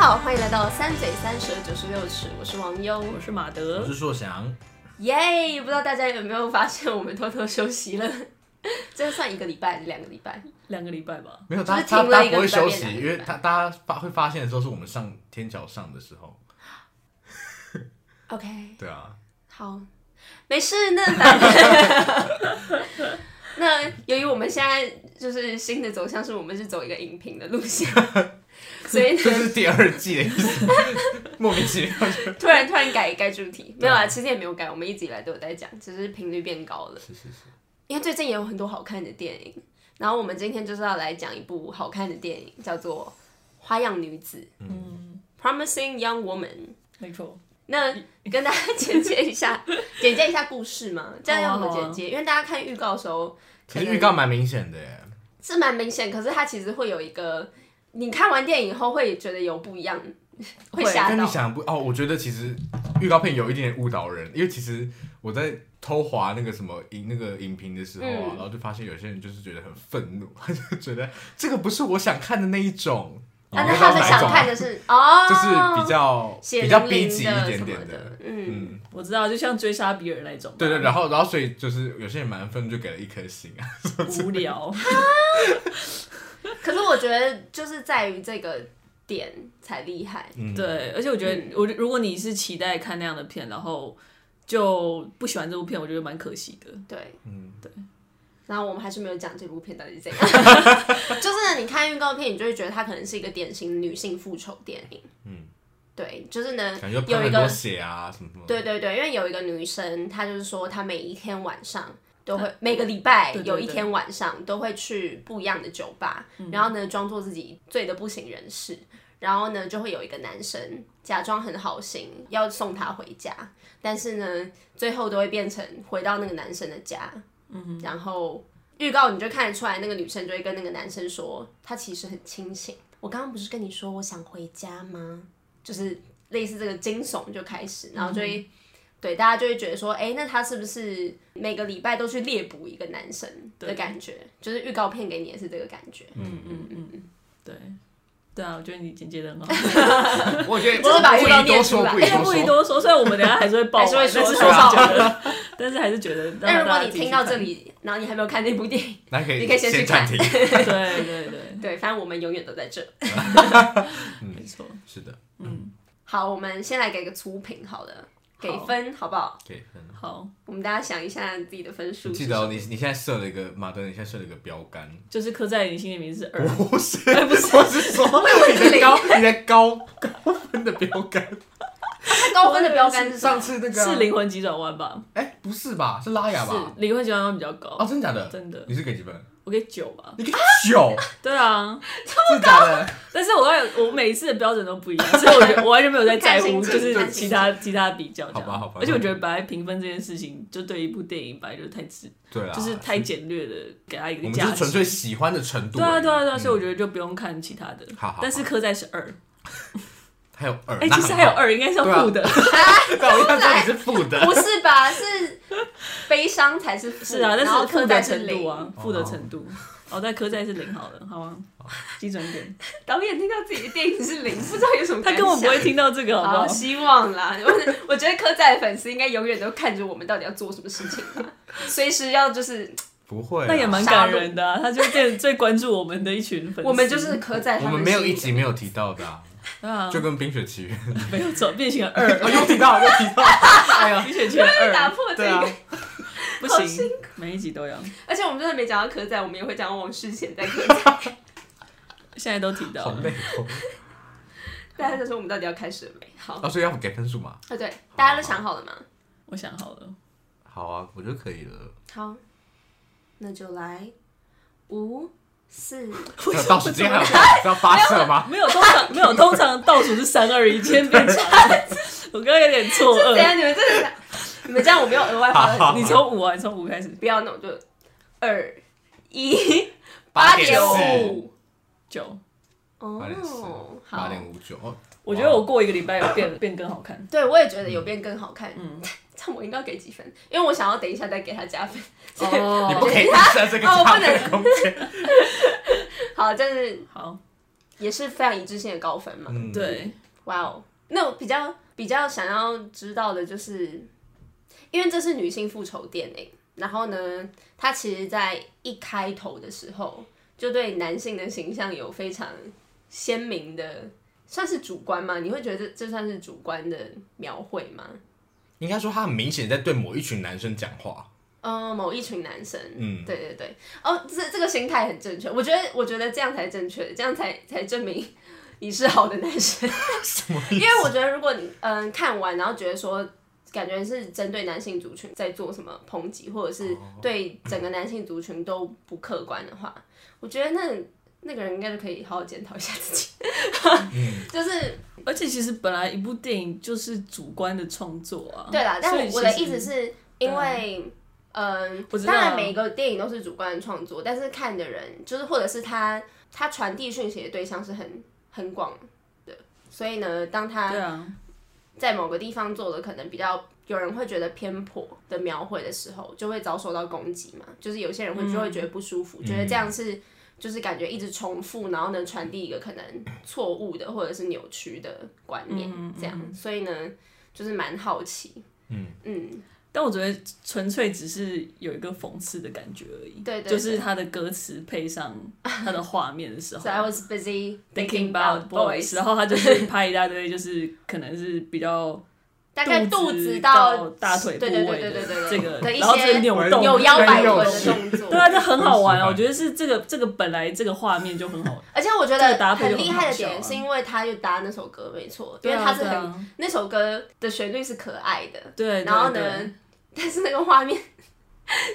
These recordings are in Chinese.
好，欢迎来到三嘴三舌九十六尺，我是王优，我是马我德是，硕翔，耶不知道大家有没有发现，我们偷偷休息了， 这算一个礼拜，两个礼拜，两个礼拜吧，没有就是他停他了他一个不会休转息，变因为他大家发会发现的时候是我们上天桥上的时候， OK，对啊，好，没事，那反正。 那由于我们现在就是新的走向是我们是走一个音频的路线，所以 这是第二季的意思， 莫名其妙就。突然突然改改主题，没有啊，其实也没有改，我们一直以来都有在讲，只是频率变高了。是是是，因为最近也有很多好看的电影，然后我们今天就是要来讲一部好看的电影，叫做《花样女子嗯，》 （Promising Young Woman）。没错，那跟大家简介一下， 简介一下故事嘛，这样要怎么好啊好简啊介？因为大家看预告的时候其实预告蛮明显的耶，是蛮明显，可是它其实会有一个，你看完电影后会觉得有不一样，会会吓跟你到。想不哦，我觉得其实预告片有一点点误导人，因为其实我在偷滑那个什么影那个影评的时候啊，嗯然后就发现有些人就是觉得很愤怒， 他就觉得这个不是我想看的那一种，啊，你那知道他们哪一想种吗看的是哦，就是比较血比较淋逼淋急的一什点么点的的，，嗯，嗯。我知道，就像追杀比尔那种吧，对对，然后然后所以就是有些人蛮愤怒，就给了一颗星啊。无聊，可是我觉得就是在于这个点才厉害，嗯，对，而且我觉得，我如果你是期待看那样的片，然后就不喜欢这部片，我觉得蛮可惜的。对。嗯，然后我们还是没有讲这部片到底是 怎样，就是呢你看预告片，你就会觉得它可能是一个典型女性复仇电影，嗯，对，就是呢感觉喷有一很多个血啊什么什么。对对对，因为有一个女生，她就是说她每一天晚上都会，每个礼拜对对有一天晚上都会去不一样的酒吧，然后呢装作自己醉得不省人事，然后呢就会有一个男生假装很好心要送她回家，但是呢最后都会变成回到那个男生的家，嗯，然后。预告你就看得出来，那个女生就会跟那个男生说，她其实很清醒。我刚刚不是跟你说我想回家吗？就是类似这个惊悚就开始，然后就会、对大家就会觉得说，哎、那他是不是每个礼拜都去猎捕一个男生的感觉？就是预告片给你也是这个感觉，嗯嗯嗯嗯，对，对啊，我觉得你简介的很好， 我觉得就是把不预告宜念多出说，来不宜哎， 多不宜说。多说，虽然我们等一下还是会爆还完，是会但说是说还是爆觉得， 但是还是觉得但让大家如自己去看。果你听到这里，然后你还没有看那部电影，那可以你可以先去暂看 停。对，对对对，对，反正我们永远都在这。没错，是的，好，我们先来给个粗评好了，给好分好不好？给分。好，我们大家想一下自己的分数。记得哦，你你现在设了一个马德，你现在设了一个标杆。就是刻在你心里面是二，不是，哎不是我是说你的高你的高高分的标杆。它高分的标杆是什上么？次那个啊是灵魂急转弯吧？哎，不是吧？是拉雅吧？是灵魂急转弯比较哦，高，真的假的？真的你是给几分？我给九吧。你给九，对啊，真的假的？但是我要我每一次的标准都不一 样，所以我觉得我完全没有在在看乎，心情就是其他其他比较这样。好吧好吧而且我觉得本来评分这件事情，就对一部电影本来就太直，对啊，就是太简略的给他一我个们就价是纯值。粹喜欢的程度对而啊已。对啊对啊，所以我嗯觉得就不用看其他的。好好好但是刻在是二，还有二，哎，那其很实还有 好，二，应该是要负的。对啊我刚才你是负的。不是吧？是悲伤才是负 是啊，但然后是负负担的是程度零。啊，负的程度。哦，但刻在是零好了，好啊，基准点。导演听到自己的电影是零，不知道有什么他感根本不想会听到这个，好不好，好？希望啦。 我我觉得科仔的粉丝应该永远都看着我们到底要做什么事情 吧，随时要就是 不会啦，那也蛮感人的啊，他就变成最关注我们的一群粉丝。我们就是科仔，我们没有一集没有提到的啊，对啊， 就跟《冰雪奇缘》 没有错，变 形了二，哦，又提到又提到，哎呀，冰雪奇缘打 二，破这对个，啊，不好行，每一集都要，而且我们真的没讲到科仔，我们也会讲到王世贤在 科仔。现在都提到 好了。累哦。大家就说我们到底要开始了没？好，哦，所以要给分数嘛？啊对，大家都想好了吗？我想好了，好啊，我觉得可以了。好，那就来五四，还有倒数今天还有倒数要发射吗？没有通常没有通常倒数是三二一，今 天变成，我刚刚有点错等一下愕。你们真的是，你们这样我没有额外花了，好你从五啊，你从五开始，不要那我就二一八点点五四，九，八点四哦，，八好。点五九。哦我觉得我过一个礼拜有变变更好看。对，我也觉得有变更好看。嗯， 这样我应该给几分？因为我想要等一下再给他加分。 哦你不可以在 这个差分的空间。好，但是好，也是非常一致性的高分嘛。嗯，对，哇哦，那我比较比较想要知道的就是，因为这是女性复仇电影，然后呢，它其实在一开头的时候就对男性的形象有非常鲜明的，算是主观吗？你会觉得这这算是主观的描绘吗？应该说他很明显在对某一群男生讲话，呃，某一群男生，嗯对对对，哦，这这个心态很正确，我觉得我觉得这样才正确，这样才才证明你是好的男生。因为我觉得如果你嗯、看完，然后觉得说。感觉是针对男性族群在做什么抨击，或者是对整个男性族群都不客观的话，我觉得那那个人应该就可以好好检讨一下自己。 就是而且其实本来一部电影就是主观的创作啊。对啦，但所以我我的其意实啊思是因为，嗯不，知道啊当然每个电影都是主观的创作，但是看的人就是或者是他他传递讯息的对象是很很广的，所以呢，当对他啊，在某个地方做的可能比较有人会觉得偏颇的描绘的时候，就会遭受到攻击嘛，就是有些人会就会觉得不舒服，嗯觉得这样是。就是感觉一直重复，然后呢传递一个可能错误的或者是扭曲的观念，嗯这样，所以呢就是蛮好奇，嗯嗯，但我觉得纯粹只是有一个讽刺的感觉而已。对对对就是他的歌词配上他的画面的 时候 So I was busy ，thinking about boys，然后他就是 拍一大堆，就是可能是比较大概肚肚子到到大腿部对位对对对的对对这对个，的一然后这个些扭动有腰摆臀很有的趣动作。对啊，这很好玩很喜啊！欢我觉得是这个这个本来这个画面就很好玩，而且我觉这个搭得配就很很厉好害的笑啊点是因为他就搭那首歌，没错，因对为啊他是对啊很那首歌的旋律是可爱的，对，对 然后对呢，但是那个画面，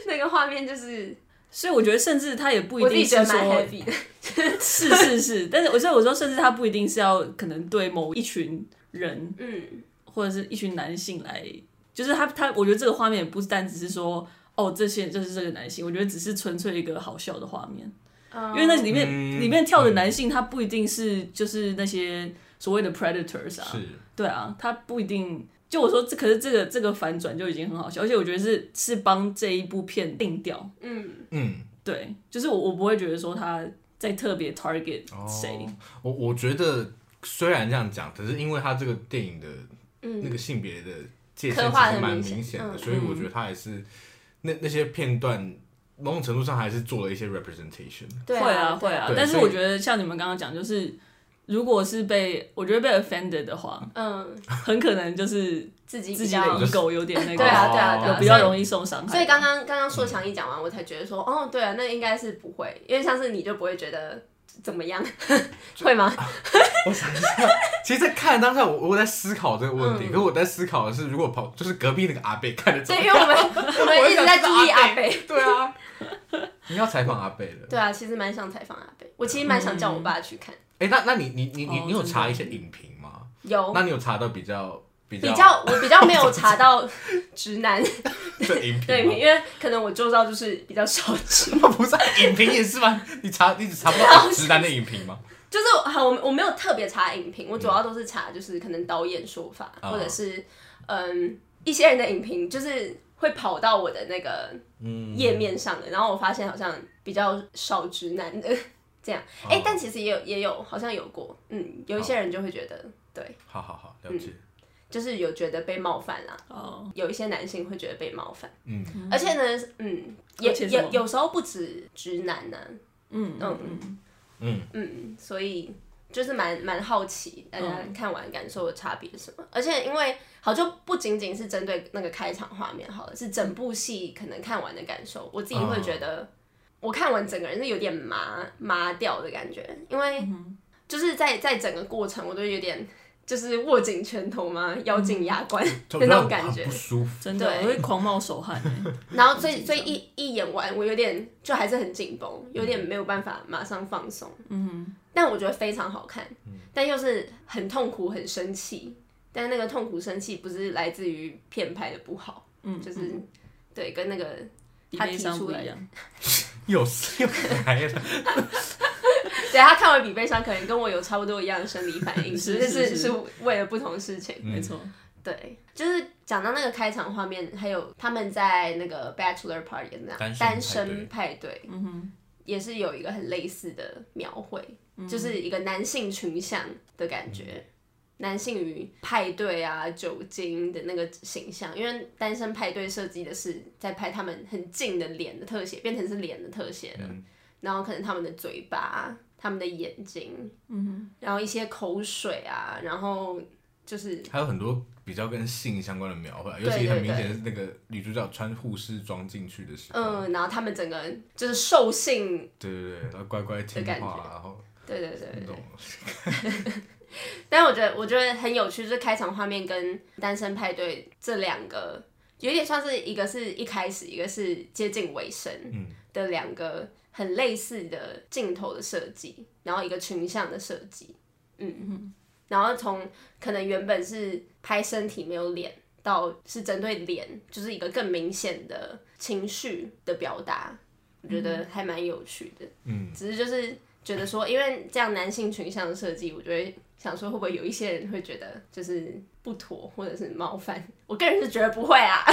那个画面就是所以我觉得甚至他也不一我自己定觉得是蛮说 happy 的， 是是是，但是我所以我说，甚至他不一定是要可能对某一群人嗯，或者是一群男性来，就是他他，我觉得这个画面也不单只是说哦，这些就是这个男性，我觉得只是纯粹一个好笑的画面，哦因为那啊里面、嗯里面跳的男性，他不一定是就是那些所谓的 predators 啊，是对啊，他不一定。就我说，这可是这个这个反转就已经很好笑，而且我觉得是是帮这一部片定调。嗯嗯，对，就是我我不会觉得说他在特别 target 谁、哦我我觉得虽然这样讲，可是因为他这个电影的那嗯个性别的界刻限画其得实蛮明显明显的，嗯所以我觉得他还是那那些片段某种程度上还是做了一些 representation。对会啊会啊对。但是所以我觉得像你们刚刚讲，就是如果是被我觉得被 offended 的话，嗯， 很可能就是自己自比己较的 ego 有点那个，对啊对啊哦对啊，有比较容易受伤害。所以刚刚刚刚硕强一讲完，我才觉得说，哦，对啊，那应该是不会，因为像是你就不会觉得怎么样， 会 吗？我想一下， 其实，在看当下，我我在思考这个问题，嗯可是我在思考的是，如果跑就是隔壁那个阿贝看着怎对，因么样，为 我们我们一直在注意阿北。对啊，你要采访阿贝了。对啊，其实蛮想采访阿北，我其实蛮想叫嗯我爸去看，哎、那那你你你你哦你有查一些真影评吗？有那你有查到比较比较比较我比较没有查到直 男这影对，评吗？因为可能我周遭就是比较少直， 不是啊 影评也是吗？你查你只查不哦到直男的影评吗？就是好，我我没有特别查影评，我主要都是查就是可能导演说法，啊或者是嗯一些人的影评，就是会跑到我的那个嗯页面上的，然后我发现好像比较少直男的 这样，哎、哦但其实也有也有好像有过，嗯，有一些人就会觉得，对，好好好，嗯了解。就是有觉得被冒犯啦，哦，有一些男性会觉得被冒犯，嗯，而且呢，嗯，也而且什么也有时候不止直男呢、嗯嗯嗯嗯，嗯，所以就是蛮蛮好奇大家看完感受的差别是什么。而且因为好就不仅仅是针对那个开场画面好了，是整部戏可能看完的感受，我自己会觉得、我看完整个人是有点麻麻掉的感觉，因为嗯就是在在整个过程我都有点。就是握紧拳头嘛，咬紧牙关就的那种感觉很不，舒服。嗯真的对我会狂冒手汗欸。然后所以所以一一演完，我有点就还是很紧绷，有点没有办法马上放松。嗯，但我觉得非常好看，但又是很痛苦、很生气。但那个痛苦、生气不是来自于片拍的不好，嗯，就是、对跟那个比他悲提伤出不来一样。又是又来了， 对他看完《比悲伤》，可能跟我有差不多一样的生理反 应，是只是是是是是为了不同的事情。没错，对，就是讲到那个开场画面，还有他们在那个 bachelor party 那单样身单身派对，嗯哼，也是有一个很类似的描绘，就是一个男性群像的感觉。男性与派对啊、酒精的那个形象，因为单身派对设计的是在拍他们很近的脸的特写，变成是脸的特写了，然后可能他们的嘴巴、他们的眼睛，嗯，然后一些口水啊，然后就是还有很多比较跟性相关的描绘，啊对尤其很对明对显是那个女主角穿护士装进去的时候，嗯，然后他们整个就是兽性，对对对，然后乖乖听的感话，觉然后对对对那种但我觉得我觉得很有趣，就是开场画面跟单身派对这两个，有点像是一个是一开始，一个是接近尾声的两个很类似的镜头的设计，然后一个群像的设计，嗯然后从可能原本是拍身体没有脸，到是针对脸，就是一个更明显的情绪的表达，我觉得还蛮有趣的。嗯，只是就是觉得说，因为这样男性群像的设计，我就会想说，会不会有一些人会觉得就是不妥或者是冒犯？我个人是觉得不会啊，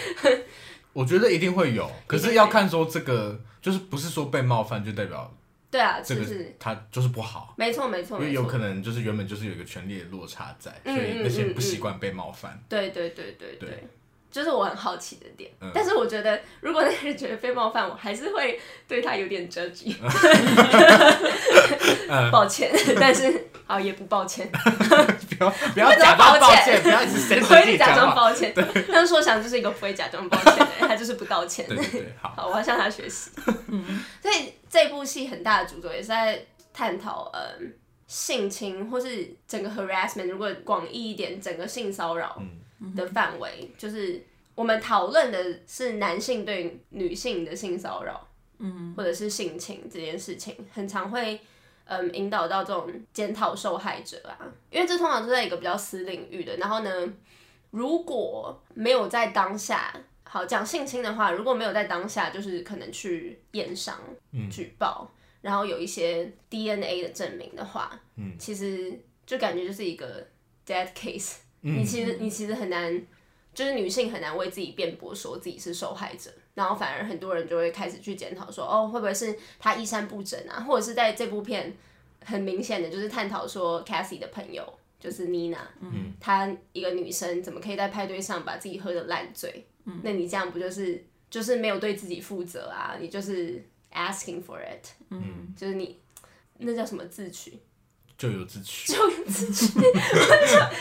我觉得一定会有，可一定是会要看说这个就是不是说被冒犯就代表对啊，这是个不是？他就是不好，没错，没错，因为没有错，可能就是原本就是有一个权力的落差在，嗯所以那些嗯嗯人不习惯被冒犯。对对对对对对，就是我很好奇的点。嗯但是我觉得，如果那个人觉得被冒犯，我还是会对他有点 judge。抱 嗯歉，但是好也不抱 歉，不要不要假装抱我歉，不要一直我伸手一自己直假讲装话。抱歉。但是说想就是一个不会假装抱歉的人，他就是不道歉。对对对，好，好，我要向他学习。嗯所以这部戏很大的主轴也是在探讨，嗯，性侵或是整个 harassment，如果广义一点，整个性骚扰的范围，就是我们讨论的是男性对女性的性骚扰，嗯，或者是性侵这件事情，很常会。嗯，引导到这种检讨受害者啊，因为这通常都在一个比较私领域的。然后呢，如果没有在当下，好讲性侵的话，如果没有在当下，就是可能去验伤、举报，然后有一些 DNA 的证明的话，嗯，其实就感觉就是一个 dead case、你其实你其实很难，就是女性很难为自己辩驳，说自己是受害者。然后反而很多人就会开始去检讨说，哦，会不会是她衣衫不整啊？或者是在这部片很明显的就是探讨说 Cassie 的朋友就是 Nina，嗯，她一个女生怎么可以在派对上把自己喝的烂醉？嗯，那你这样不就是就是没有对自己负责啊？你就是 asking for it，嗯，就是你那叫什么自取？咎由自取。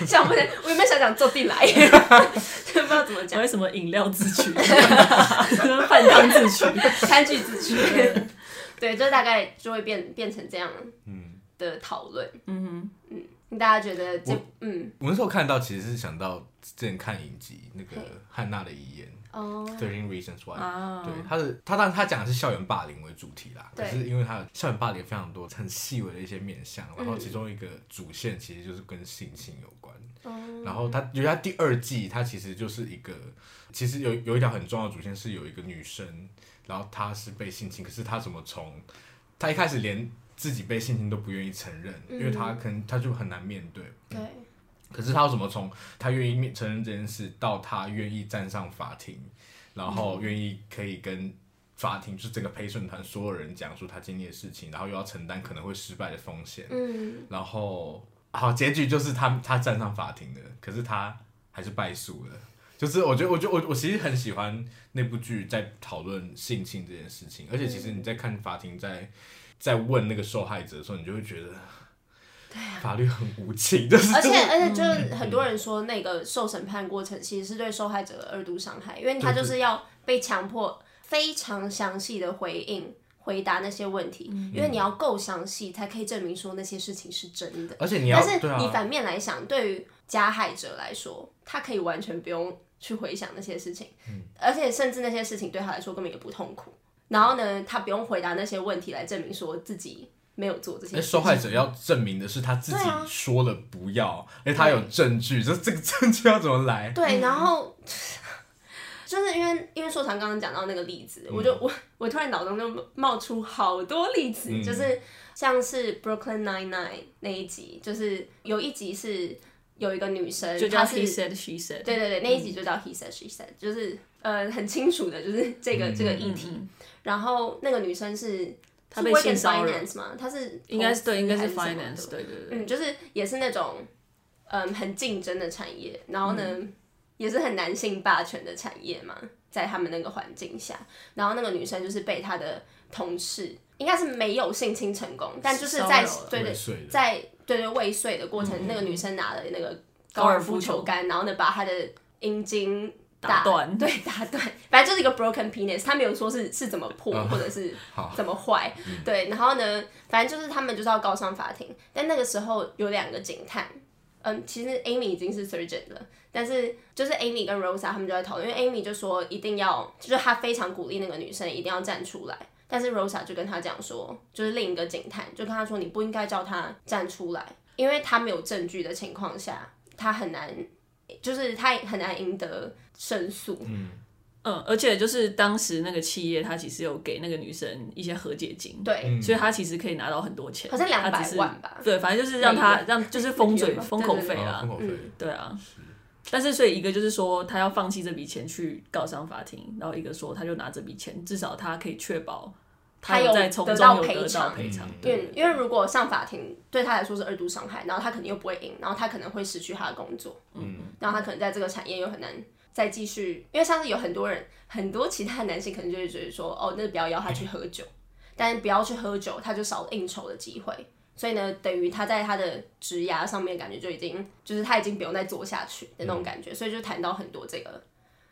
想不能， 我原本想讲坐地来， 不知道怎么讲，为什么饮料 自取，饭汤自取？餐具自取。对，就大概就会变变成这样的讨论。嗯嗯，大家觉得这嗯我那时候看到其实是想到之前看影集那个汉娜的遗言哦， 《Thirteen Reasons Why》。啊对，他的他当然他讲的是校园霸凌为主题啦，可对是因为他的校园霸凌有非常多很细微的一些面向，然后其中一个主线其实就是跟性侵有关。然后他，因为他第二季，他其实就是一个，其实有有一条很重要的主线是有一个女生，然后她是被性侵，可是她怎么从，她一开始连自己被性侵都不愿意承认，因为她可能她就很难面对，对，可是他要怎么从他愿意面承认这件事，到他愿意站上法庭，然后愿意可以跟法庭，就是整个陪审团所有人讲述他经历的事情，然后又要承担可能会失败的风险，嗯。然后好结局就是他他站上法庭了，可是他还是败诉了。就是我觉得，我觉得我我其实很喜欢那部剧在讨论性侵这件事情，而且其实你在看法庭在在问那个受害者的时候，你就会觉得， 法律很无情，就是 而且就是而且就是很多人说，那个受审判过程其实是对受害者的二度伤害，因为他对对就是要被强迫非常详细的回应回答那些问题，嗯因为你要够详细才可以证明说那些事情是真的。而且你要但是对啊，你反面来想，对于加害者来说，他可以完全不用去回想那些事情，嗯而且甚至那些事情对他来说根本也不痛苦。然后呢，他不用回答那些问题来证明说自己没有做这些哎，事情。受害者要证明的是他自己对啊说了不要，哎、他有证据，这这个证据要怎么来？对，嗯然后 就是因为因为硕长刚刚讲到那个例子，嗯我就我我突然脑中就冒出好多例子，嗯就是像是 Brooklyn Nine Nine 那一集，就是有一集是有一个女生，就叫她是 he said 嗯 she said。对对对，那一集就叫 He said She said，就是呃很清楚的，就是这嗯个、这个议题。然后那个女生是。她是被 Wigan 性骚扰 finance 嘛，她是应该是对，投资应该还是什么的 finance，对对对，嗯，就是也是那种嗯很竞争的产业，然后呢、嗯也是很男性霸权的产业嘛，在他们那个环境下，然后那个女生就是被她的同事应该是没有性侵成功，但就是在骚扰了嗯对对未遂的在对对未遂的过程，那个女生拿了那个高尔夫球杆，然后呢把她的阴茎打 断对，打断，反正就是一个 broken penis，他没有说是是怎么破嗯或者是好怎么坏，对，然后呢，反正就是他们就是要告上法庭，但那个时候有两个警探。嗯，其实 Amy 已经是 surgeon 了，但是就是 Amy 跟 Rosa 他们就在讨论，因为 Amy 就说一定要，就是她非常鼓励那个女生一定要站出来，但是 Rosa 就跟她讲说，就是另一个警探就跟她说，你不应该叫她站出来，因为她没有证据的情况下，她很难，就是她很难赢得申诉。嗯，而且就是当时那个企业，他其实有给那个女生一些和解金，对，所以他其实可以拿到很多钱，好像200他只是万吧对，反正就是让美他让就是封嘴对封口费啊啦封，口费。对啊。但是所以一个就是说他要放弃这笔钱去告上法庭，然后一个说他就拿这笔钱，至少他可以确保他有在从得中到有赔得到偿赔偿嗯，因对为因为如果上法庭对他来说是二度伤害，然后他肯定又不会赢，然后他可能会失去他的工作，嗯，然后他可能在这个产业又很难再继续，因为像是有很多人，很多其他的男性可能就会觉得说，哦，那不要邀他去喝酒，但是不要去喝酒，他就少了应酬的机会，所以呢，等于他在他的职涯上面感觉就已经就是他已经不用再做下去的那种感觉，所以就谈到很多这个，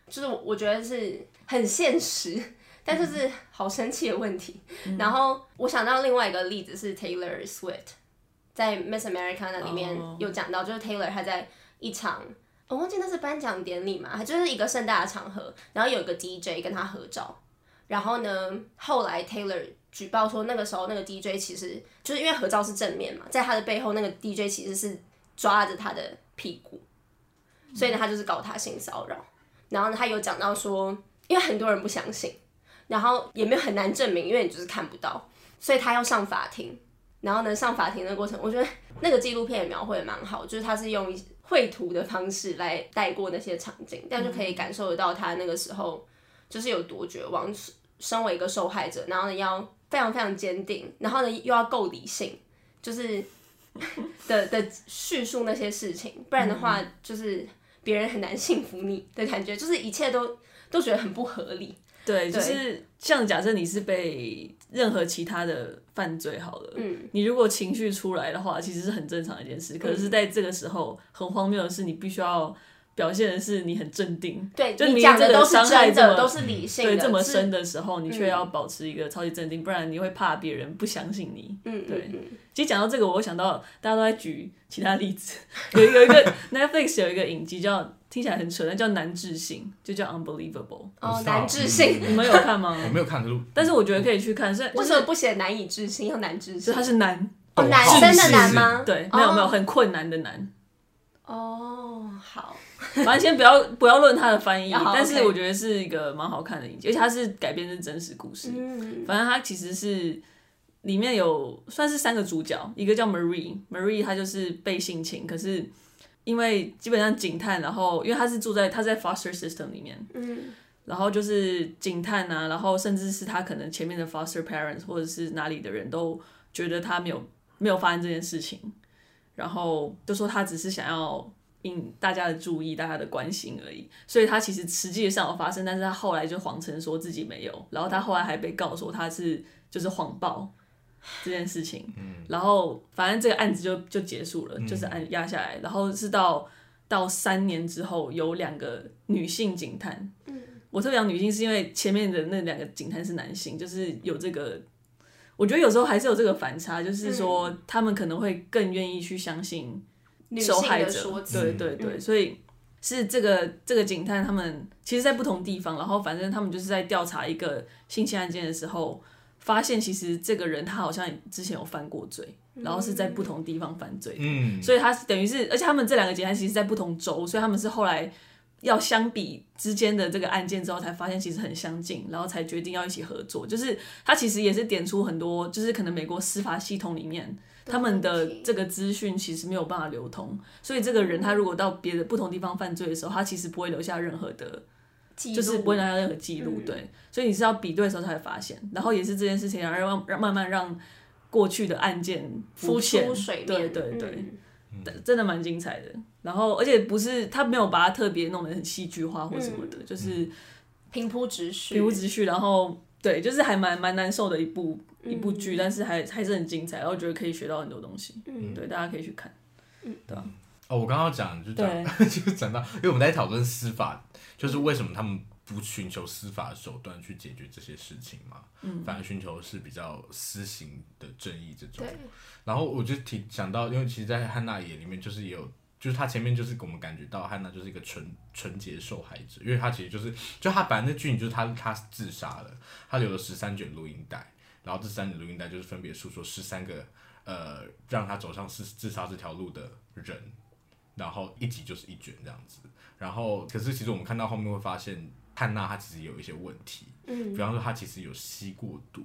就是我我觉得是很现实， 但就是好生气的问题。然后我想到另外一个例子是 Taylor Swift，在 Miss Americana 里面哦有讲到，就是 Taylor 他在一场。我忘记那是颁奖典礼嘛，还就是一个盛大的场合，然后有一个 DJ 跟他合照，然后呢，后来 Taylor 举报说，那个时候那个 DJ 其实就是因为合照是正面嘛，在他的背后那个 DJ 其实是抓着他的屁股，所以呢，他就是搞他性骚扰。然后呢，他有讲到说，因为很多人不相信，然后也没有很难证明，因为你就是看不到，所以他要上法庭。然后呢，上法庭的过程，我觉得那个纪录片也描绘的蛮好，就是他是用一绘图的方式来带过那些场景，但就可以感受得到他那个时候就是有多绝望。身为一个受害者，然后呢要非常非常坚定，然后呢又要够理性，就是 的的叙述那些事情，不然的话就是别人很难信服你的感觉，就是一切都都觉得很不合理。对，对就是像假设你是被任何其他的犯罪好了，嗯，你如果情绪出来的话，其实是很正常的一件事。可嗯是，在这个时候，很荒谬的是，你必须要表现的是你很镇定，对就你明讲明的这都个是伤害真这的，么都是理性的，对这么是深的时候，你却嗯要保持一个超级镇定，不然你会怕别人不相信你。嗯，嗯对嗯其实讲到这个，我想到大家都在举其他例子，有有一 个 Netflix 有一个影集叫听起来很扯，但叫《难置信》，就叫 Unbelievable。我哦，知道难置信，你们有看吗？我没有看，可是但是我觉得可以去看，虽然为就是什么 不写难以置信，要难置就信它？是难，哦，男生的难吗？对，哦没有没有，。很困难的难。哦，好，反正先不要不要论它的翻 译，哦，OK 但是我觉得是一个蛮好看的影集，而且它是改编自真实故事。嗯，反正它其实是里面有算是三个主角，一个叫 Marie，Marie 她就是被性侵，可是因为基本上警探，然后因为她是住在她在 foster system 里面，嗯，然后就是警探啊，然后甚至是他可能前面的 foster parents 或者是哪里的人都觉得他没有没有发生这件事情，然后就说他只是想要引大家的注意、大家的关心而已。所以他其实实际上有发生，但是他后来就谎称说自己没有，然后他后来还被告说他是就是谎报这件事情。然后反正这个案子就就结束了，就是按压下来，然后是到到三年之后有两个女性警探。我特别讲女性，是因为前面的那两个警探是男性，就是有这个，我觉得有时候还是有这个反差，就是说他们可能会更愿意去相信女受性害的者嗯说，辞，对对对，所以是这个这个警探他们其实，在不同地方，然后反正他们就是在调查一个性侵案件的时候，发现其实这个人他好像之前有犯过罪，然后是在不同地方犯罪的嗯，所以他等于是，而且他们这两个警探其实在不同州，所以他们是后来要相比之间的这个案件之后，才发现其实很相近，然后才决定要一起合作。就是他其实也是点出很多，就是可能美国司法系统里面他们的这个资讯其实没有办法流通，所以这个人他如果到别的不同地方犯罪的时候，他其实不会留下任何的记就是录不会拿到任何记嗯录，对，所以你是要比对的时候才会发现，然后也是这件事情，然后让让慢慢让过去的案件浮浮现出水面，对对对，嗯真的蛮精彩的。然后，而且不是他没有把它特别弄得很戏剧化或什么嗯的，就是平铺直叙，平铺直叙，然后对，就是还蛮蛮难受的一部嗯一部剧，但是还还是很精彩，然后觉得可以学到很多东西。嗯，对，大家可以去看。哦，我刚刚讲就讲，就是 讲到，因为我们在讨论司法，就是为什么他们不寻求司法手段去解决这些事情嘛，反而寻求的是比较私刑的正义这种。对，然后我就提想到，因为其实，在汉娜也里面就是也有，就是她前面就是给我们感觉到汉娜就是一个纯纯洁受害者，因为她其实就是，就她本来那剧情就是她她自杀了，她留了十三卷录音带，然后这三卷录音带就是分别诉说十三个呃让她走上自自杀这条路的人，然后一集就是一卷这样子，然后可是其实我们看到后面会发现，汉娜她其实有一些问题，比方说她其实有吸过毒，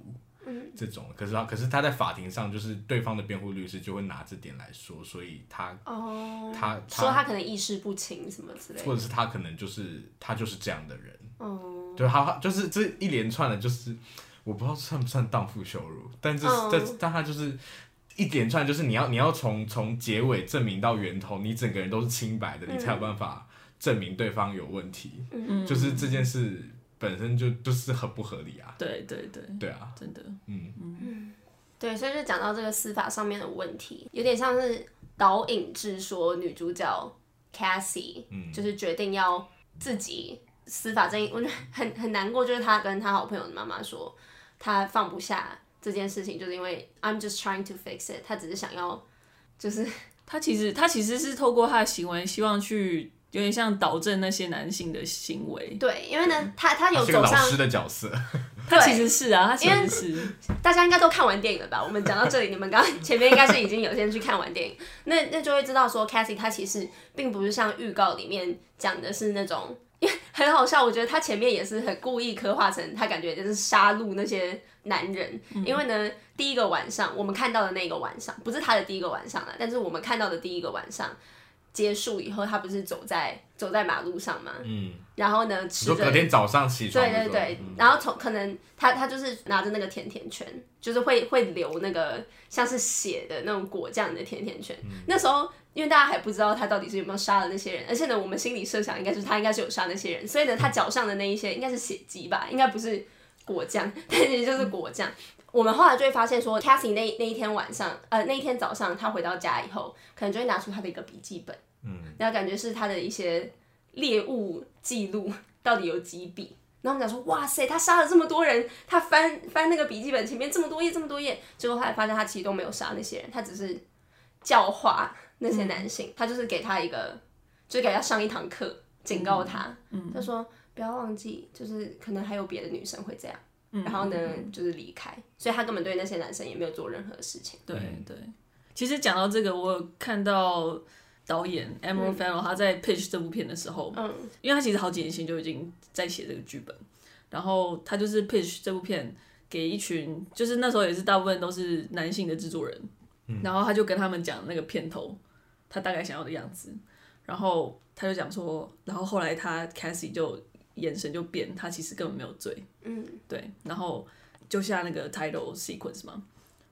这种，可是他，可是他在法庭上，就是对方的辩护律师就会拿这点来说，所以他哦，他说他他，可能意识不清什么之类的，或者是他可能就是他就是这样的人，哦，对，他就是这一连串的，就是我不知道算不算荡妇羞辱，但这、嗯这但他就是一连串，就是你要你要从从结尾证明到源头，你整个人都是清白的，嗯你才有办法证明对方有问题，嗯，就是这件事本身就就是很不合理啊，对对对，对啊，真的，嗯，对，所以就讲到这个司法上面的问题，有点像是导引致说女主角 Cassie，、嗯就是决定要自己司法正义，我觉得很很难过，就是她跟她好朋友的妈妈说，她放不下这件事情，就是因为 I'm just trying to fix it，她只是想要就是他其实他其实是透过他的行为，希望去有点像导正那些男性的行为。对，因为呢，她她有他是个走老上，师的角色。他其实是啊，他其实是大家应该都看完电影了吧？我们讲到这里，你们刚刚前面应该是已经有先去看完电影，那那就会知道说 Cassie 她其实并不是像预告里面讲的是那种，因为很好笑，我觉得她前面也是很故意刻画成她感觉就是杀戮那些男人，嗯因为呢第一个晚上我们看到的那个晚上，不是她的第一个晚上了，但是我们看到的第一个晚上结束以后，她不是走在走在马路上嘛，嗯，然后呢你吃说着隔天早上起床对的时对候，嗯对，然后从可能他他就是拿着那个甜甜圈，就是会会流那个像是血的那种果酱的甜甜圈。嗯那时候因为大家还不知道他到底是有没有杀了那些人，而且呢，我们心里设想应该是他应该是有杀那些人，所以呢，他脚上的那一些应该是血迹吧，应该不是果酱， 但是就是果酱。我们后来就会发现说，Cassie 那那一天晚上，呃，那一天早上他回到家以后，可能就会拿出他的一个笔记本，嗯，然后感觉是他的一些猎物记录到底有几笔。然后我们讲说，哇塞，他杀了这么多人，他翻翻那个笔记本前面这么多页，这么多页，结果后来发现他其实都没有杀那些人，他只是教化那嗯些男性，他就是给他一个，就是给他上一堂课，警告他，嗯他说不要忘记，就是可能还有别的女生会这样，嗯然后呢就是离开，所以他根本对那些男生也没有做任何事情。对对。其实讲到这个，我有看到导演 Emerald Fennell 他在 pitch 这部片的时候，嗯因为他其实好几年前就已经在写这个剧本，然后他就是 pitch 这部片给一群，就是那时候也是大部分都是男性的制作人，然后他就跟他们讲那个片头，他大概想要的样子，然后他就讲说，然后后来他 Cassie 就眼神就变，他其实根本没有醉，嗯，对，然后就下那个 title sequence 嘛，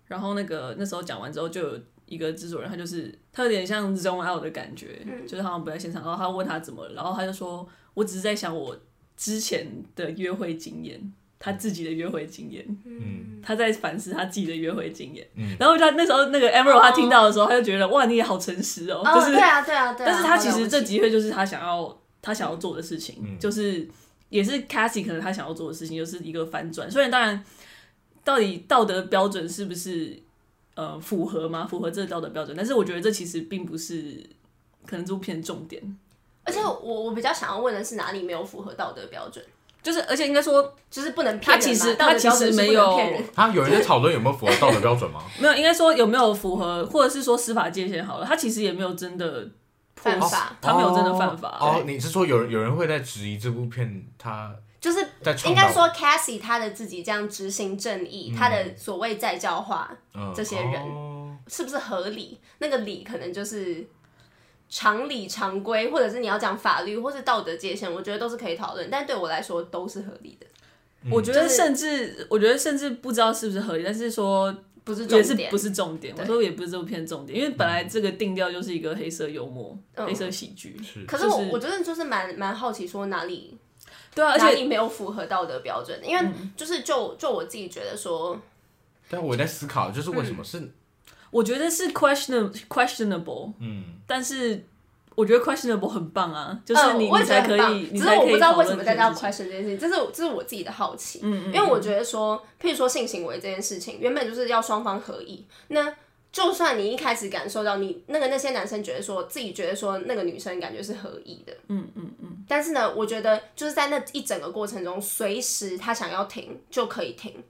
然后那个那时候讲完之后，就有一个制作人，他就是他有点像 zone out 的感觉，就是好像不在现场，然后他问他怎么了，然后他就说，我只是在想我之前的约会经验。他自己的约会经验，嗯，他在反思他自己的约会经验，嗯，然后他那时候那个 Emerald 他听到的时候，他就觉得哇，你也好诚实哦，哦，就是对啊对啊对啊，但是他其好了实不这起的确就是他想要他想要做的事情，嗯就是也是 Cassie 可能他想要做的事情，就是一个反转。虽然当然，到底道德标准是不是呃符合吗？符合这个道德标准，但是我觉得这其实并不是可能这部片的重点，而且我我比较想要问的是哪里没有符合道德标准，就是而且应该说就是不能骗他人嘛。其实道德他其标实准是没不能有骗人。啊，有人在讨论有没有符合道德标准 吗？没有应该说有没有符合，或者是说司法界限好了，他其实也没有真的破犯法他没有真的犯法。哦哦，哦你是说有人有人会在质疑这部片他就是在倡导应该说，Cassie 她的自己这样执行正义，她嗯的所谓再教化嗯这些人哦是不是合理？那个理可能就是常理常规，或者是你要讲法律或是道德界限，我觉得都是可以讨论。但对我来说都是合理的。我觉嗯就得是甚至，我觉得甚至不知道是不是合理，但是说不是重也是点，不是重点，我说也不是这部片重点，因为本来这个定调就是一个黑色幽默、嗯黑色喜剧，是可是我、就是我真的就是蛮蛮好奇，说哪里对啊，而哪且嗯里没有符合道德标准？因为就是就就我自己觉得说，但我在思考，就是为什么是我觉得是 question questionable，嗯，但是我觉得 questionable 很棒啊，就是嗯、你、我也你觉得才很可以，棒，只你是才我可以不知道为讨什论么这大家件事情 question 这件事情，这是这是我自己的好奇，嗯嗯因为我觉得说，譬如说性行为这件事情，原本就是要双方合意，那。就算你一开始感受到你那个那些男生觉得说自己觉得说那个女生感觉是合意的，嗯嗯嗯，但是呢，我觉得就是在那一整个过程中，随时他想要停就可以停，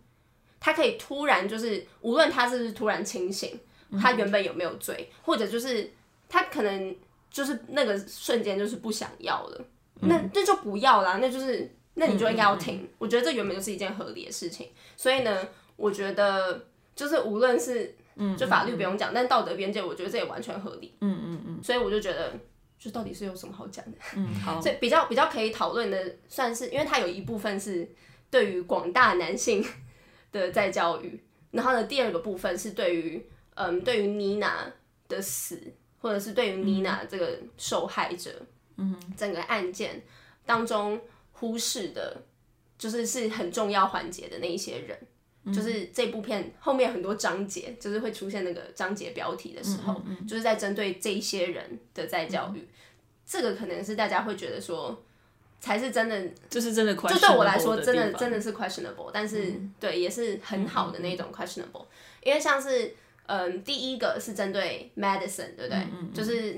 他可以突然就是，无论他是不是突然清醒，他嗯原本有没有罪，或者就是他可能就是那个瞬间就是不想要了，那那就不要啦，那就是那你就应该要停。我觉得这原本就是一件合理的事情，所以呢，我觉得就是无论是就法律不用讲，但道德边界，我觉得这也完全合理。嗯嗯嗯，所以我就觉得。就到底是有什么好讲的？嗯好，所以比较比较可以讨论的，算是因为它有一部分是对于广大男性的再教育，然后呢，第二个部分是对于嗯，对于妮娜的死，或者是对于妮娜这个受害者，嗯，整个案件当中忽视的，就是是很重要环节的那一些人。就是这部片后面很多章节，就是会出现那个章节标题的时候，就是在针对这一些人的再教育。这个可能是大家会觉得说，才是真的，就是真的 questionable 就对我来说，真的的地方真的是 questionable，但是、嗯对也是很好的那种 questionable，、因为像是嗯，第一个是针对 Madison，对不对？嗯就是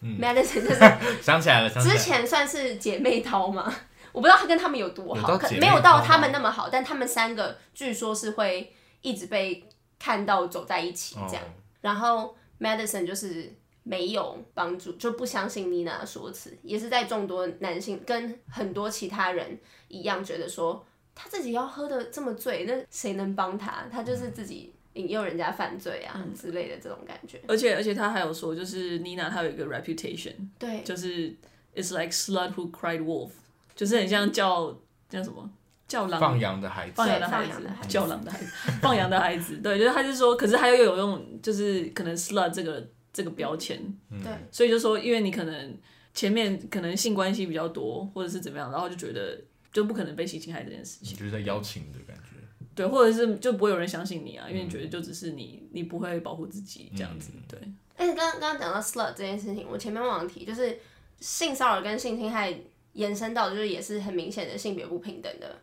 Madison 就是嗯想起来了，想起来之了前算是姐妹淘嘛， 我不知道她跟她们有多好，有到可姐妹没淘吗有到她们那么好，但她们三个据说是会一直被看到走在一起这样。哦然后 Madison 就是没有帮助，就不相信妮娜的说辞，也是在众多男性跟很多其他人一样，觉得说他自己要喝的这么醉，那谁能帮他？他就是自己引诱人家犯罪啊、嗯之类的这种感觉。而且而且他还有说，就是妮娜她有一个 reputation，对，就是 it's like slut who cried wolf，就是很像叫叫什么叫狼放羊的孩子放对羊的孩放羊子的孩，子叫狼的孩子，放羊的孩子，对，就是他就说，可是他又有用，就是可能 slut 这个这个标签，对，所以就说，因为你可能前面可能性关系比较多，或者是怎么样，然后就觉得就不可能被性侵害这件事情，就是在邀请的感觉，对，或者是就不会有人相信你啊，因为你觉得就只是你你不会保护自己这样子，对，而且哎刚刚刚讲到 slut 这件事情，我前面忘了提，就是性骚扰跟性侵害延伸到就是也是很明显的性别不平等的，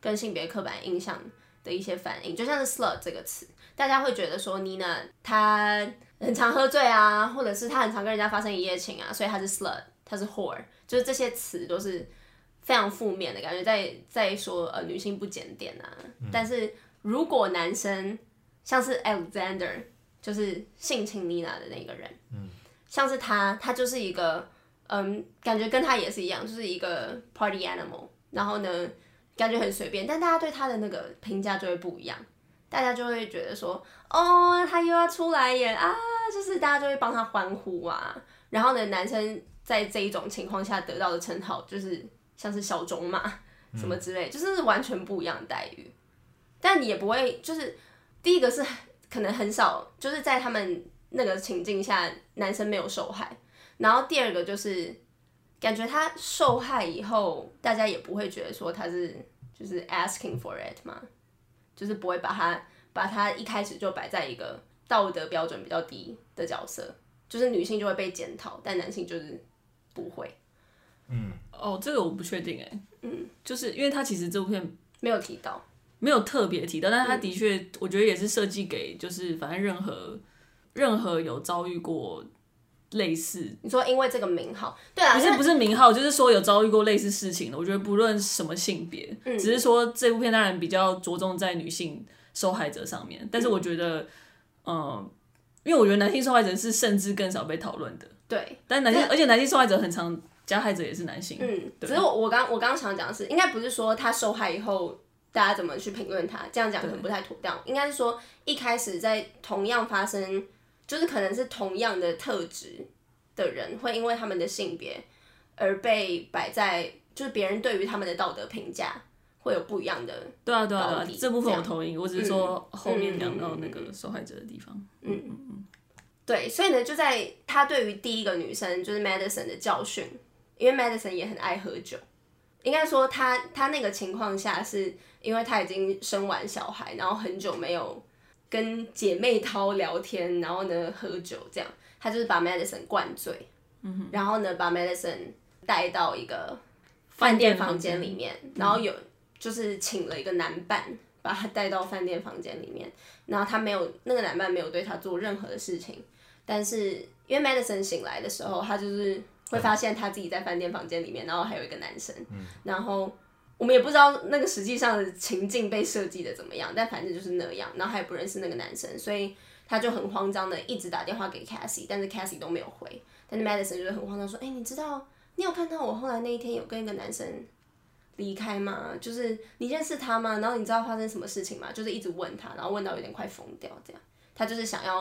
跟性别刻板印象的一些反应，就像是 slut 这个词，大家会觉得说 Nina 她很常喝醉啊，或者是她很常跟人家发生一夜情啊，所以她是 slut，她是 whore，就是这些词都是非常负面的感觉，在在说呃女性不检点啊，但是如果男生像是 Alexander。就是性侵妮娜的那个人，嗯，像是他，他就是一个，嗯，感觉跟他也是一样，就是一个 party animal，然后呢，感觉很随便，但大家对他的那个评价就会不一样，大家就会觉得说，哦，他又要出来耶啊，就是大家就会帮他欢呼啊，然后呢，男生在这一种情况下得到的称号就是像是小种马什么之类，就是完全不一样的待遇，但也不会就是第一个是可能很少，就是在他们那个情境下，男生没有受害。然后第二个就是，感觉他受害以后，大家也不会觉得说他是就是 asking for it 嘛，就是不会把他把他一开始就摆在一个道德标准比较低的角色，就是女性就会被检讨，但男性就是不会，哦，这个我不确定哎、嗯，就是因为他其实这部片没有提到。没有特别提到，但是嗯他的确，我觉得也是设计给就是反正任何任何有遭遇过类似，你说因为这个名号，对啊，不因是为不是名号，就是说有遭遇过类似事情的。我觉得不论什么性别，嗯只是说这部片当然比较着重在女性受害者上面，但是我觉得，嗯、因为我觉得男性受害者是甚至更少被讨论的，对，啊但男性而且男性受害者很常加害者也是男性，嗯，对只是我我刚我刚刚想讲的是，应该不是说他受害以后大家怎么去评论他，这样讲可能不太妥当。应该是说一开始在同样发生，就是可能是同样的特质的人，会因为他们的性别而被摆在，就是别人对于他们的道德评价，会有不一样的。对啊，对啊，对高啊低，这部分这我样嗯同意。我只是说后面讲到那个受害者的地方，对，所以呢，就在他对于第一个女生就是 Madison 的教训，因为 Madison 也很爱喝酒。应该说他他那个情况下，是因为他已经生完小孩，然后很久没有跟姐妹淘聊天，然后呢喝酒这样，他就是把 Madison 灌醉，嗯、然后呢把 Madison 带到一个饭店房间里面，然后有就是请了一个男伴把他带到饭店房间里面，然后他没有那个男伴没有对他做任何的事情。但是因为 Madison 醒来的时候，他就是会发现他自己在饭店房间里面，然后还有一个男生，然后我们也不知道那个实际上的情境被设计的怎么样，但反正就是那样，然后他也不认识那个男生，所以他就很慌张的一直打电话给 Cassie，但是 Cassie 都没有回，但是 Madison 就是很慌张说，哎、你知道你有看到我后来那一天有跟一个男生。离开吗？就是你认识他吗？然后你知道发生什么事情吗？就是一直问他，然后问到有点快疯掉这样。他就是想要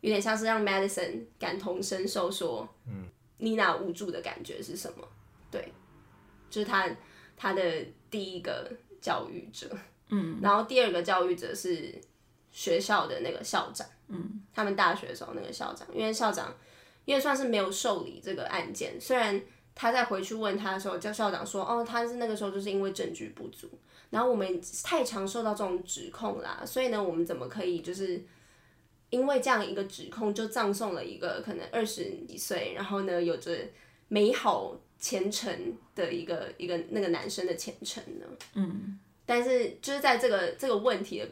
有点像是让 Madison 感同身受，说，嗯，妮娜无助的感觉是什么？对，就是他他的第一个教育者，嗯，然后第二个教育者是学校的那个校长，嗯，他们大学的时候那个校长，因为校长因为算是没有受理这个案件，虽然他在回去问他的时候，叫校长说，哦，他是那个时候就是因为证据不足，然后我们太常受到这种指控啦，所以呢，我们怎么可以就是。因为这样一个指控，就葬送了一个可能二十几岁，然后呢有着美好前程的一个一个那个男生的前程呢。嗯，但是就是在这个这个问题的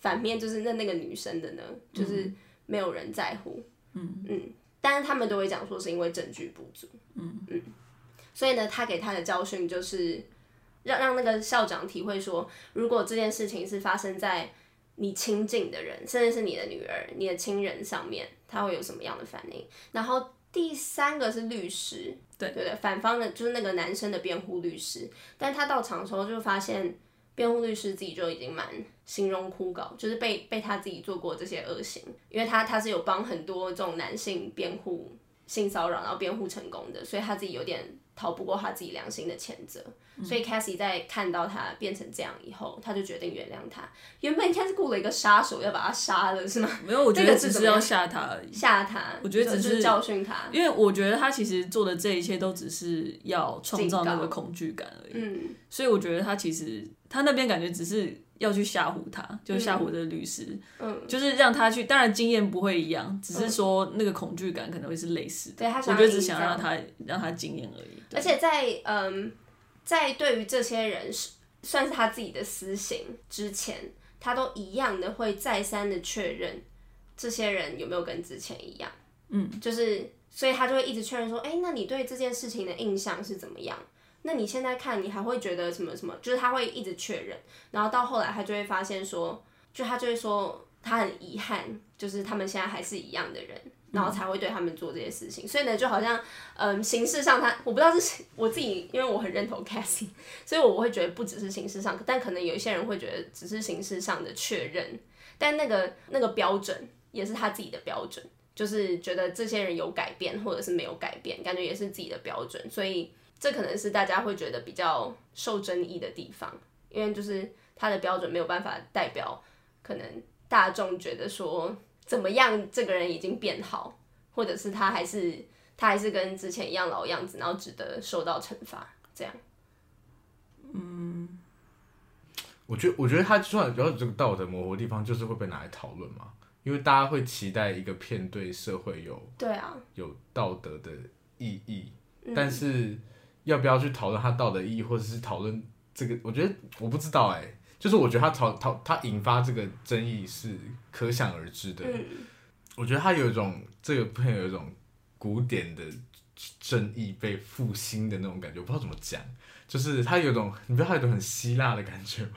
反面，就是那那个女生的呢，就是没有人在乎。嗯嗯，但是他们都会讲说是因为证据不足。嗯嗯，所以呢，他给他的教训就是让让那个校长体会说，如果这件事情是发生在你亲近的人，甚至是你的女儿、你的亲人上面，他会有什么样的反应？然后第三个是律师，对对对，反方的就是那个男生的辩护律师，但他到场的时候就发现，辩护律师自己就已经蛮形容枯槁，就是被被他自己做过这些恶行，因为他他是有帮很多这种男性辩护性骚扰，然后辩护成功的，所以他自己有点逃不过他自己良心的谴责。所嗯以 Cassie 在看到他变成这样以后，他就决定原谅他。原本 Cassie 雇了一个杀手要把他杀了，是吗？没有，我觉这得个是只怎是么样要吓他而已。吓他，嗯我觉得就只是就教训他。因为我觉得他其实做的这一切都只是要创造那个恐惧感而已，嗯所以我觉得他其实他那边感觉只是要去吓唬他，就吓唬这个律师，嗯，就是让他去，当然经验不会一样，只是说那个恐惧感可能会是类似的。对他我想觉要得只营想造让他让他经验而已。对而且在嗯，在对于这些人是算是他自己的私刑之前，他都一样的会再三的确认这些人有没有跟之前一样。嗯，就是所以他就会一直确认说，哎、那你对这件事情的印象是怎么样？那你现在看，你还会觉得什么什么？就是他会一直确认，然后到后来他就会发现说，就他就会说他很遗憾，就是他们现在还是一样的人，然后才会对他们做这些事情。所以呢，就好像嗯，形式上他我不知道是我自己，因为我很认同 Cassie，所以 我会觉得不只是形式上，但可能有一些人会觉得只是形式上的确认，但那个那个标准也是他自己的标准，就是觉得这些人有改变或者是没有改变，感觉也是自己的标准，所以这可能是大家会觉得比较受争议的地方，因为就是他的标准没有办法代表可能大众觉得说怎么样这个人已经变好，或者是他还是。他还是跟之前一样老样子，然后值得受到惩罚。这样，我觉得我觉得他就算有这个道德模糊的地方，就是会被拿来讨论嘛，因为大家会期待一个片对社会有对啊，有道德的意义，但是要不要去讨论它道德意义，或者是讨论这个，我觉得我不知道哎、就是我觉得它讨讨它引发这个争议是可想而知嗯的。我觉得它有一种这个片有一种古典的正义被复兴的那种感觉，我不知道怎么讲，就是它有一种你不知道它有一种很希腊的感觉吗？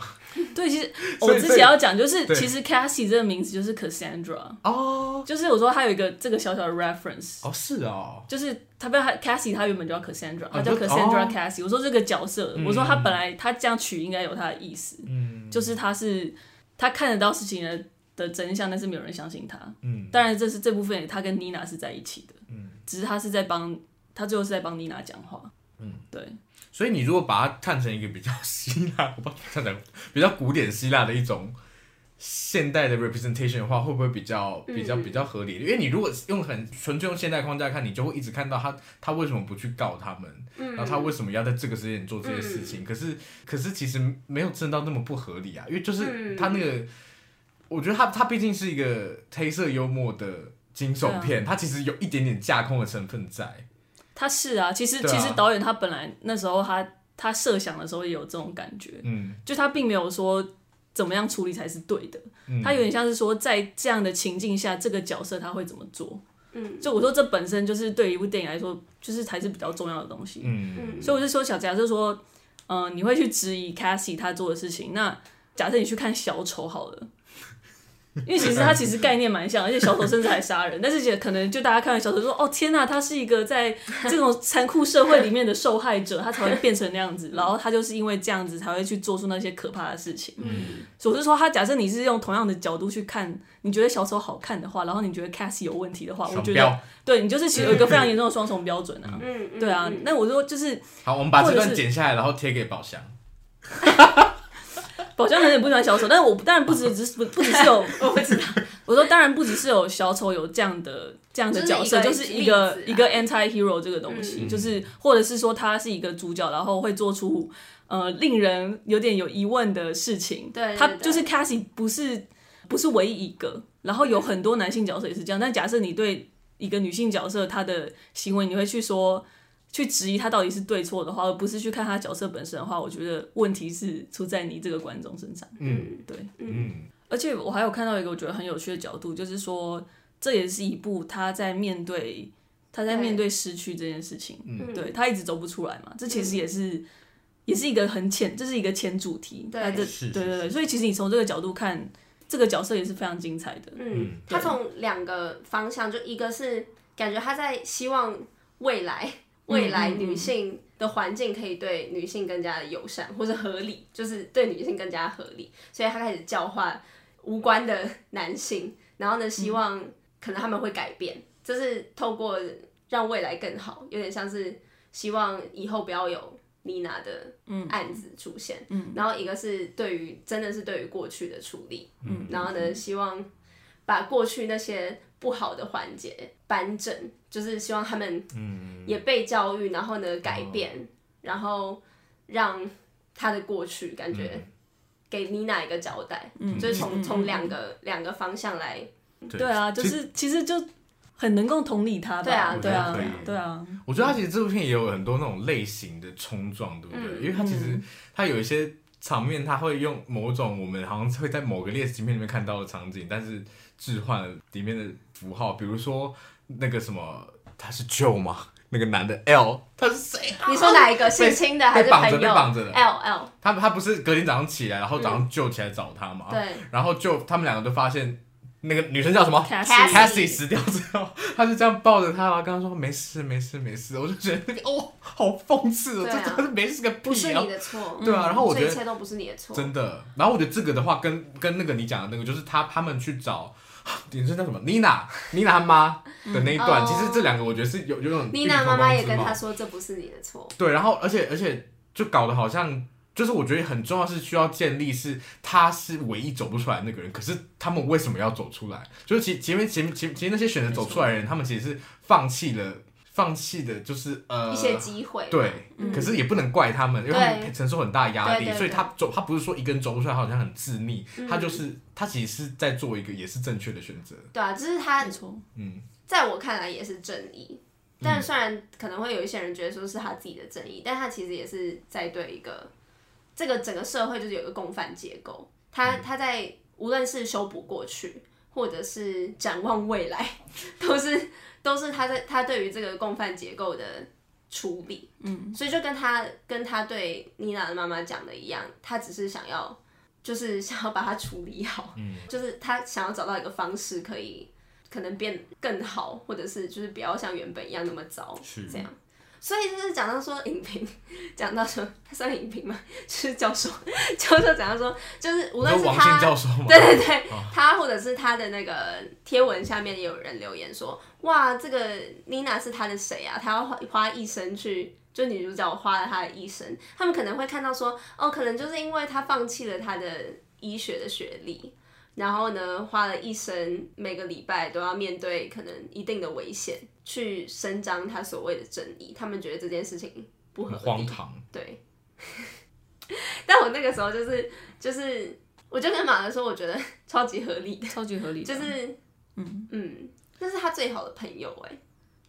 对，其实所以我之前要讲就是，对其实 Cassie 这个名字就是 Cassandra，哦就是我说他有一个这个小小的 reference，哦是哦，就是他不要 Cassie，他原本叫 Cassandra，他叫就 Cassandra 哦 Cassie。我说这个角色，我说他本来他这样取应该有他的意思，嗯就是他是他看得到事情的的真相，但是没有人相信他。嗯当然，这是这部分也他跟妮娜是在一起的，只是他是在帮他最后是在帮妮娜讲话。嗯，对，所以你如果把它看成一个比较希腊，我不知道怎么讲比较古典希腊的一种现代的 representation 的话，会不会比较比较嗯比较合理？因为你如果用很纯粹用现代框架看，你就会一直看到他他为什么不去告他们，嗯然后他为什么要在这个时间点做这些事情？可是可是其实没有真的到那么不合理啊，因为就是嗯他那个，我觉得他他毕竟是一个黑色幽默的惊嗯悚片，他其实有一点点架空的成分在。他是啊，其实、对啊其实导演他本来那时候他他设想的时候也有这种感觉，嗯就他并没有说怎么样处理才是对的，嗯他有点像是说在这样的情境下，这个角色他会怎么做。嗯，就我说这本身就是对于一部电影来说，就是才是比较重要的东西。嗯所以我是说，小假设说，嗯、你会去质疑 Cassie 他做的事情。那假设你去看小丑好了，因为其实他其实概念蛮像，而且小丑甚至还杀人，但是也可能就大家看完小丑说，哦天呐，他是一个在这种残酷社会里面的受害者，他才会变成那样子，然后他就是因为这样子才会去做出那些可怕的事情。嗯所以我是说，他假设你是用同样的角度去看，你觉得小丑好看的话，然后你觉得 Cassie 有问题的话，我双觉标得。对你就是其实有一个非常严重的双重标准啊。嗯嗯对啊，嗯那我说就是好，我们把这或段者是剪下来，然后贴给宝箱。 宝箱可能也不喜欢小丑，但是我当然不只只是不不只是有， 我不知道。我说当然不只是有小丑有这样的这样的角色，就就是是一一个啊个一个 anti hero 这个东西，嗯就是或者是说他是一个主角，然后会做出呃令人有点有疑问的事情。对对他对就是 Cassie 不是不是唯一一个，然后有很多男性角色也是这样。但假设你对一个女性角色她的行为，你会去说。去质疑他到底是对错的话，而不是去看他角色本身的话，我觉得问题是出在你这个观众身上。嗯对，嗯而且我还有看到一个我觉得很有趣的角度，就是说这也是一部他在面对他在对面对失去这件事情，嗯对他一直走不出来嘛，这其嗯实也是、也是一个很浅，这是一个浅主题，对他这是是对对对，是所以其实你从这个角度看，这个角色也是非常精彩的，嗯，他对从两个方向，就一个是感觉他在希望未来未来嗯嗯女性的环境可以对女性更加的友善或者合理，就是对女性更加合理，所以他开始教化无关的男性，然后呢，希望可能他们会改变，就是透过让未来更好，有点像是希望以后不要有妮娜的案子出现，嗯，然后一个是对于真的是对于过去的处理，嗯，然后呢，希望把过去那些不好的环节扳正，就是希望他们嗯哦也被教育，然后呢改变，然后让他的过去感觉嗯给妮娜一个交代，嗯，就是从从两个两个方向来，嗯，对啊，就其实是其实就很能够同理他吧，对啊对啊我觉得可以，对啊，我觉得他其实这部片也有很多那种类型的冲撞，对不对？嗯因为他其实他有一些场面，他会用某种我们好像会在某个猎奇片里面看到的场景，但是置换了里面的符号，比如说那个什么，他是 Joe 吗？ 那个男的 L，他是谁啊？你说哪一个性侵的还是被绑着朋友被绑着的？L L 他他不是隔天早上起来，然后早上 Joe 起来找他嘛？对然后就他们两个都发现那个女生叫什么 Cassie Cassie 死掉之后，他就这样抱着她，然后跟她说没事没事没事，我就觉得那个哦，好讽刺哦，对啊这真的是没事个屁不是啊你，的错，对啊，然后我这觉一得切都不是你的错，真的，然后我觉得这个的话跟跟那个你讲的那个，就是他他们去找。 女生叫什么？妮娜，妮娜她妈的那一段，嗯其实这两个我觉得是有有种妮异曲娜同妈妈工也之跟妙她说这不是你的错，对，然后而且而且就搞得好像就是我觉得很重要是需要建立是他是唯一走不出来的那个人，可是他们为什么要走出来？就是其前面前前前那些选择走出来的人，他们其实是放弃了放弃的，就是呃一些机会，对，可是也不能怪他们，因为他们对承受很大压力，对对对嗯所以他走，他不是说一个人走不出来，好像很自溺，他就是他其实是在做一个也是正确的选择，对啊，就是他没错，嗯在我看来也是正义，但虽然可能会有一些人觉得说是他自己的正义，但他其实也是在对一个这个整个社会就是有一个共犯结构，他他在无论是修补过去，或者是展望未来， 都是都是他在他对于这个共犯结构的处理，嗯，所以就跟他跟他对妮娜的妈妈讲的一样，他只是想要。就是想要把它处理好，嗯、就是他想要找到一个方式可以可能变更好，或者是就是不要像原本一样那么糟，是这样。所以就是讲到说影评，讲到说他算影评嘛，就是教授， 教授讲到说，就是无你论说是王静他，教授吗？对对对，哦他或者是他的那个贴文下面也有人留言说，哇，这个妮娜是他的谁啊？他要花花一生去就女主角花了她的一生，他们可能会看到说，哦，可能就是因为她放弃了她的医学的学历，然后呢，花了一生每个礼拜都要面对可能一定的危险，去伸张她所谓的正义。他们觉得这件事情不合很理荒唐。对， 但我那个时候就是就是，我就跟马德说，我觉得 超级合理的，超级合理的就啊，是嗯嗯，那是他最好的朋友哎、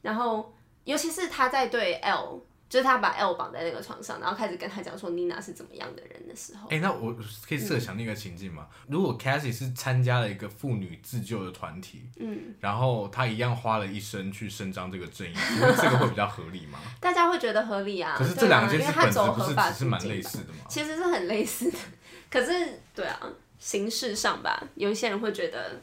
然后尤其是他在对 L，就是他把 L 绑在那个床上，然后开始跟他讲说妮娜是怎么样的人的时候，哎、那我可以设嗯想那个情境吗？如果 Cassie 是参加了一个妇女自救的团体，嗯，然后她一样花了一生去伸张这个正义，你觉得这个会比较合 理吗？大家会觉得合理啊。可是对这两啊因件为事他本质走不合是法只是途蛮径类吧似的吗？其实是很类似的，可是对啊，形式上吧，有一些人会觉得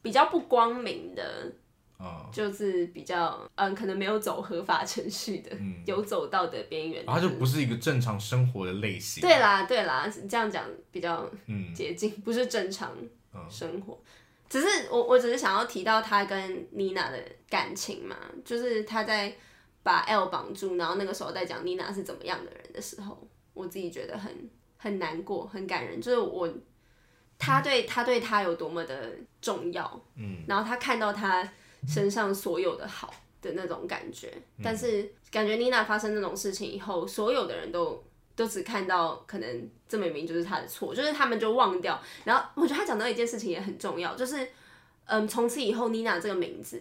比较不光明的，嗯，就是比较嗯，可能没有走合法程序的，嗯有走到的边缘。然后它就不啊是一个正常生活的类型。对，啦，对啦，这样讲比较嗯接近，不是正常嗯生活。只是我，我只是想要提到他跟妮娜的感情嘛，就是他在把 L 绑住，然后那个时候在讲妮娜是怎么样的人的时候，我自己觉得很很难过，很感人。就是我，他对他对他有多么的重要，嗯，然后他看到他身上所有的好的那种感觉，但是感觉妮娜发生那种事情以后，所有的人都都只看到可能这明明就是他的错，就是他们就忘掉。然后我觉得他讲到一件事情也很重要，就是嗯，从此以后妮娜这个名字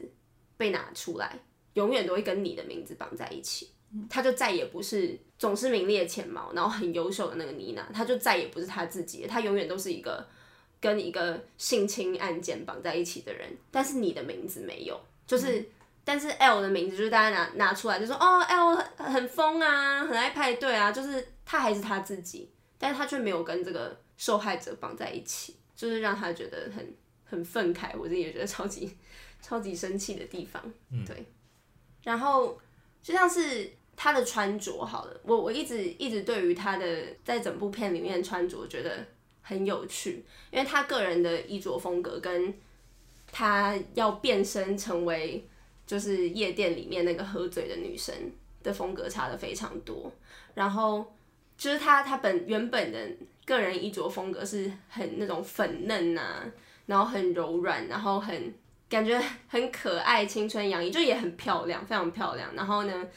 被拿出来，永远都会跟你的名字绑在一起。她就再也不是总是名列前茅，然后很优秀的那个妮娜，她就再也不是她自己了，她永远都是一个跟一个性侵案件绑在一起的人，但是你的名字没有，就是。但是 L 的名字就是大家拿拿出来就说哦 L 很很疯啊，很爱派对啊，就是他还是他自己，但是他却没有跟这个受害者绑在一起，就是让他觉得很很愤慨，我自己也觉得超级 超级生气的地方，对。然后就像是他的穿着好了，我我一直一直对于他的在整部片里面穿着觉得很有趣，因为他个人的衣着风格跟他要变身成为就是夜店里面那个喝醉的女生的风格差的非常多，然后就是他他本原本的个人衣着风格是很那种粉嫩啊，然后很柔软，然后很感觉很可爱，青春洋溢，就也很漂亮，非常漂亮。然后呢，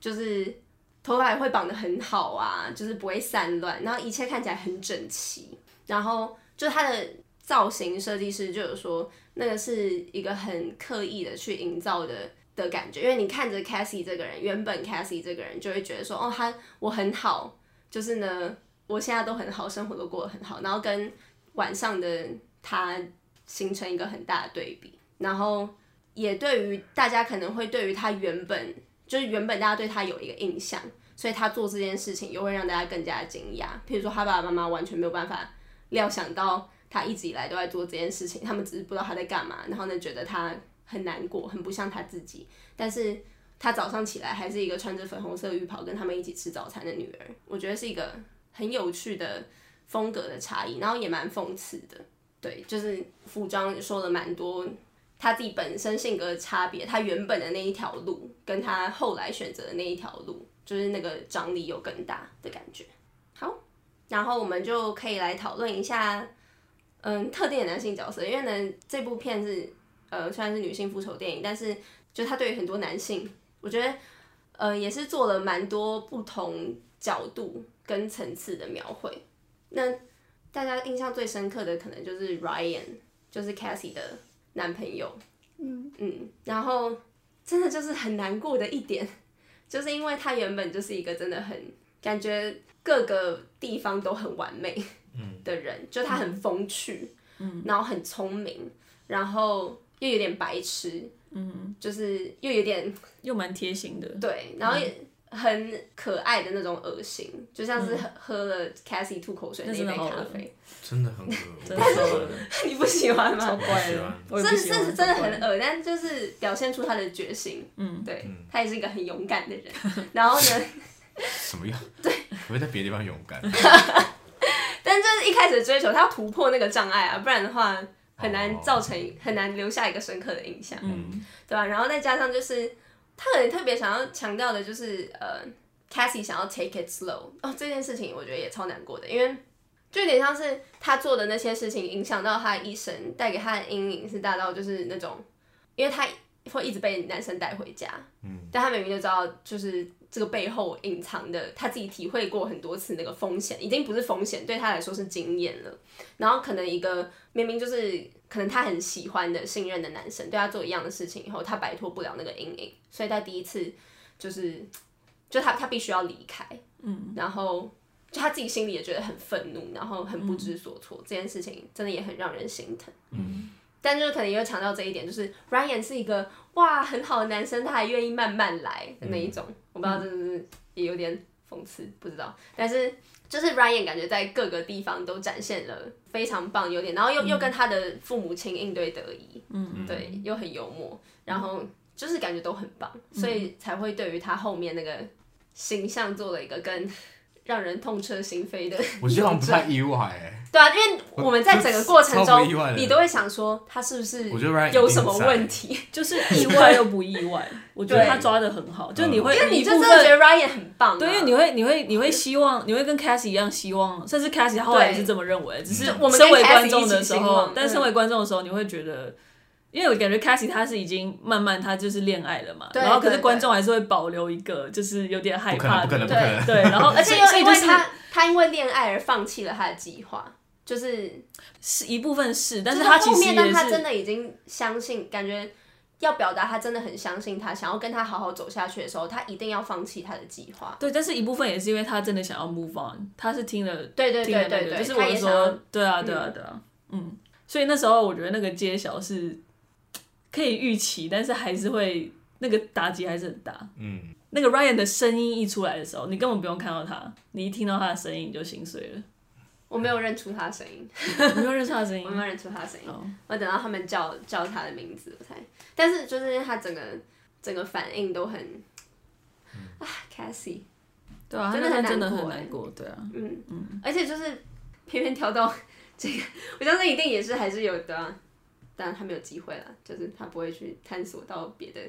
就是头发也会绑得很好啊，就是不会散乱，然后一切看起来很整齐。然后就他的造型设计师就有说，那个是一个很刻意的去营造的。的感觉，因为你看着 Cassie 这个人，原本 Cassie 这个人就会觉得说，哦，他我很好，就是呢，我现在都很好，生活都过得很好，然后跟晚上的他形成一个很大的对比，然后也对于大家可能会对于他原本就是原本大家对他有一个印象，所以他做这件事情又会让大家更加惊讶。譬如说，他爸爸妈妈完全没有办法料想到他一直以来都在做这件事情，他们只是不知道他在干嘛，然后呢，觉得他很难过，很不像他自己，但是。他早上起来还是一个穿着粉红色浴袍跟他们一起吃早餐的女儿，我觉得是一个很有趣的风格的差异，然后也蛮讽刺的。对，就是服装说了蛮多他自己本身性格的差别，他原本的那一条路跟他后来选择的那一条路，就是那个张力有更大的感觉。好，然后我们就可以来讨论一下，嗯，特定的男性角色，因为呢，这部片是呃虽然是女性复仇电影，但是就他对于很多男性，我觉得呃也是做了蛮多不同角度跟层次的描绘。那大家印象最深刻的可能就是 Ryan，就是 Cassie 的男朋友。嗯嗯，然后真的就是很难过的一点，就是因为他原本就是一个真的很感觉各个地方都很完美的人，就他很风趣，嗯，然后很聪明，然后又有点白痴，嗯，就是又有点又蛮贴心的。对，然后也很可爱的那种恶心，就像是喝喝了 Cassie 吐口水那嗯那一真的杯好咖恶啡，真的很恶真的很恶 心。你不喜欢超吗？怪喜的欢，我也这不这喜欢是真的超怪很恶，但就是表现出他的决心。嗯，对，他也是一个很勇敢的人。然后呢，什么样？对，我会在别的地方勇敢。但就是一开始追求，他要突破那个障碍啊，不然的话很难哦造成很难留下一个深刻的印象。嗯对吧、然后再加上就是他可能特别想要强调的就是呃， Cassie 想要 take it slow，哦，这件事情我觉得也超难过的，因为就有点像是他做的那些事情影响到他的一生，带给他的阴影是大到就是那种，因为他会一直被男生带回家，嗯，但他明明就知道就是这个背后隐藏的，他自己体会过很多次那个风险，已经不是风险，对他来说是经验了。然后可能一个明明就是可能他很喜欢的、信任的男生，对他做一样的事情以后，他摆脱不了那个阴影，所以他第一次就是就他他必须要离开，嗯，然后就他自己心里也觉得很愤怒，然后很不知所措，这件事情真的也很让人心疼，嗯。但就是可能也会强调这一点，就是 Ryan 是一个哇很好的男生，他还愿意慢慢来的那一种，我不知道这是不是也有点讽刺，不知道，但是就是 Ryan 感觉在各个地方都展现了非常棒优点，然后嗯又、又跟他的父母亲应对得宜，嗯，对，又很幽默，然后就是感觉都很棒，所以才会对于他后面那个形象做了一个更让人痛彻心扉的 我觉得我们不太意外哎、对啊，因为我们在整个过程超不意外中，的你都会想说他是不是我觉得 Ryan 有什么一定在问题？ 就是意外又不意外，我觉得他抓的很嗯好，就你会因为你你一就部真的分觉得 Ryan 很棒、啊，对，因为你会你会你会希望，你会跟 Cassie 一样希望，甚至 Cassie 后来也是这么认为，只嗯是就我们身为跟 Cassie 观众的时一起希候望，但嗯身为观众的时候，你会觉得。因为我感觉 Cassie 她是已经慢慢她就是恋爱了嘛，对然后可是对观众还是会保留一个就是有点害不可怕能，的，不可能，对不可能。对， 然后哦而且所以所又以因就为是他他因为恋爱而放弃了他的计划，就是是一部分是，但就是他他其后实面，但也他真是的已经相信，感觉要表达他真的很相信他，想要跟他好好走下去的时候，他一定要放弃他的计划。对，但是一部分也是因为他真的想要 move on，他是听了对对听对了那对个，对，就是我他也们想要说，对啊对啊对啊，嗯，所以那时候我觉得那个揭晓是可以预期，但是还是会那个打击还是很大。 嗯，那个 Ryan 的声音一出来的时候，你根本不用看到他，你一听到他的声音你就心碎了，我没有认出他的声音，你没有认识他的声音我。没有认出他的声音，哦，我等到他们叫叫他的名字，我才。但是就是因为他整个整个反应都很，嗯啊，Cassie，对啊，他真那的时候很真难的很过难欸过，对啊，嗯嗯，而且就是偏偏挑到这个，我相信一定也是还是有的啊、当然他没有机会了，就是他不会去探索到别的。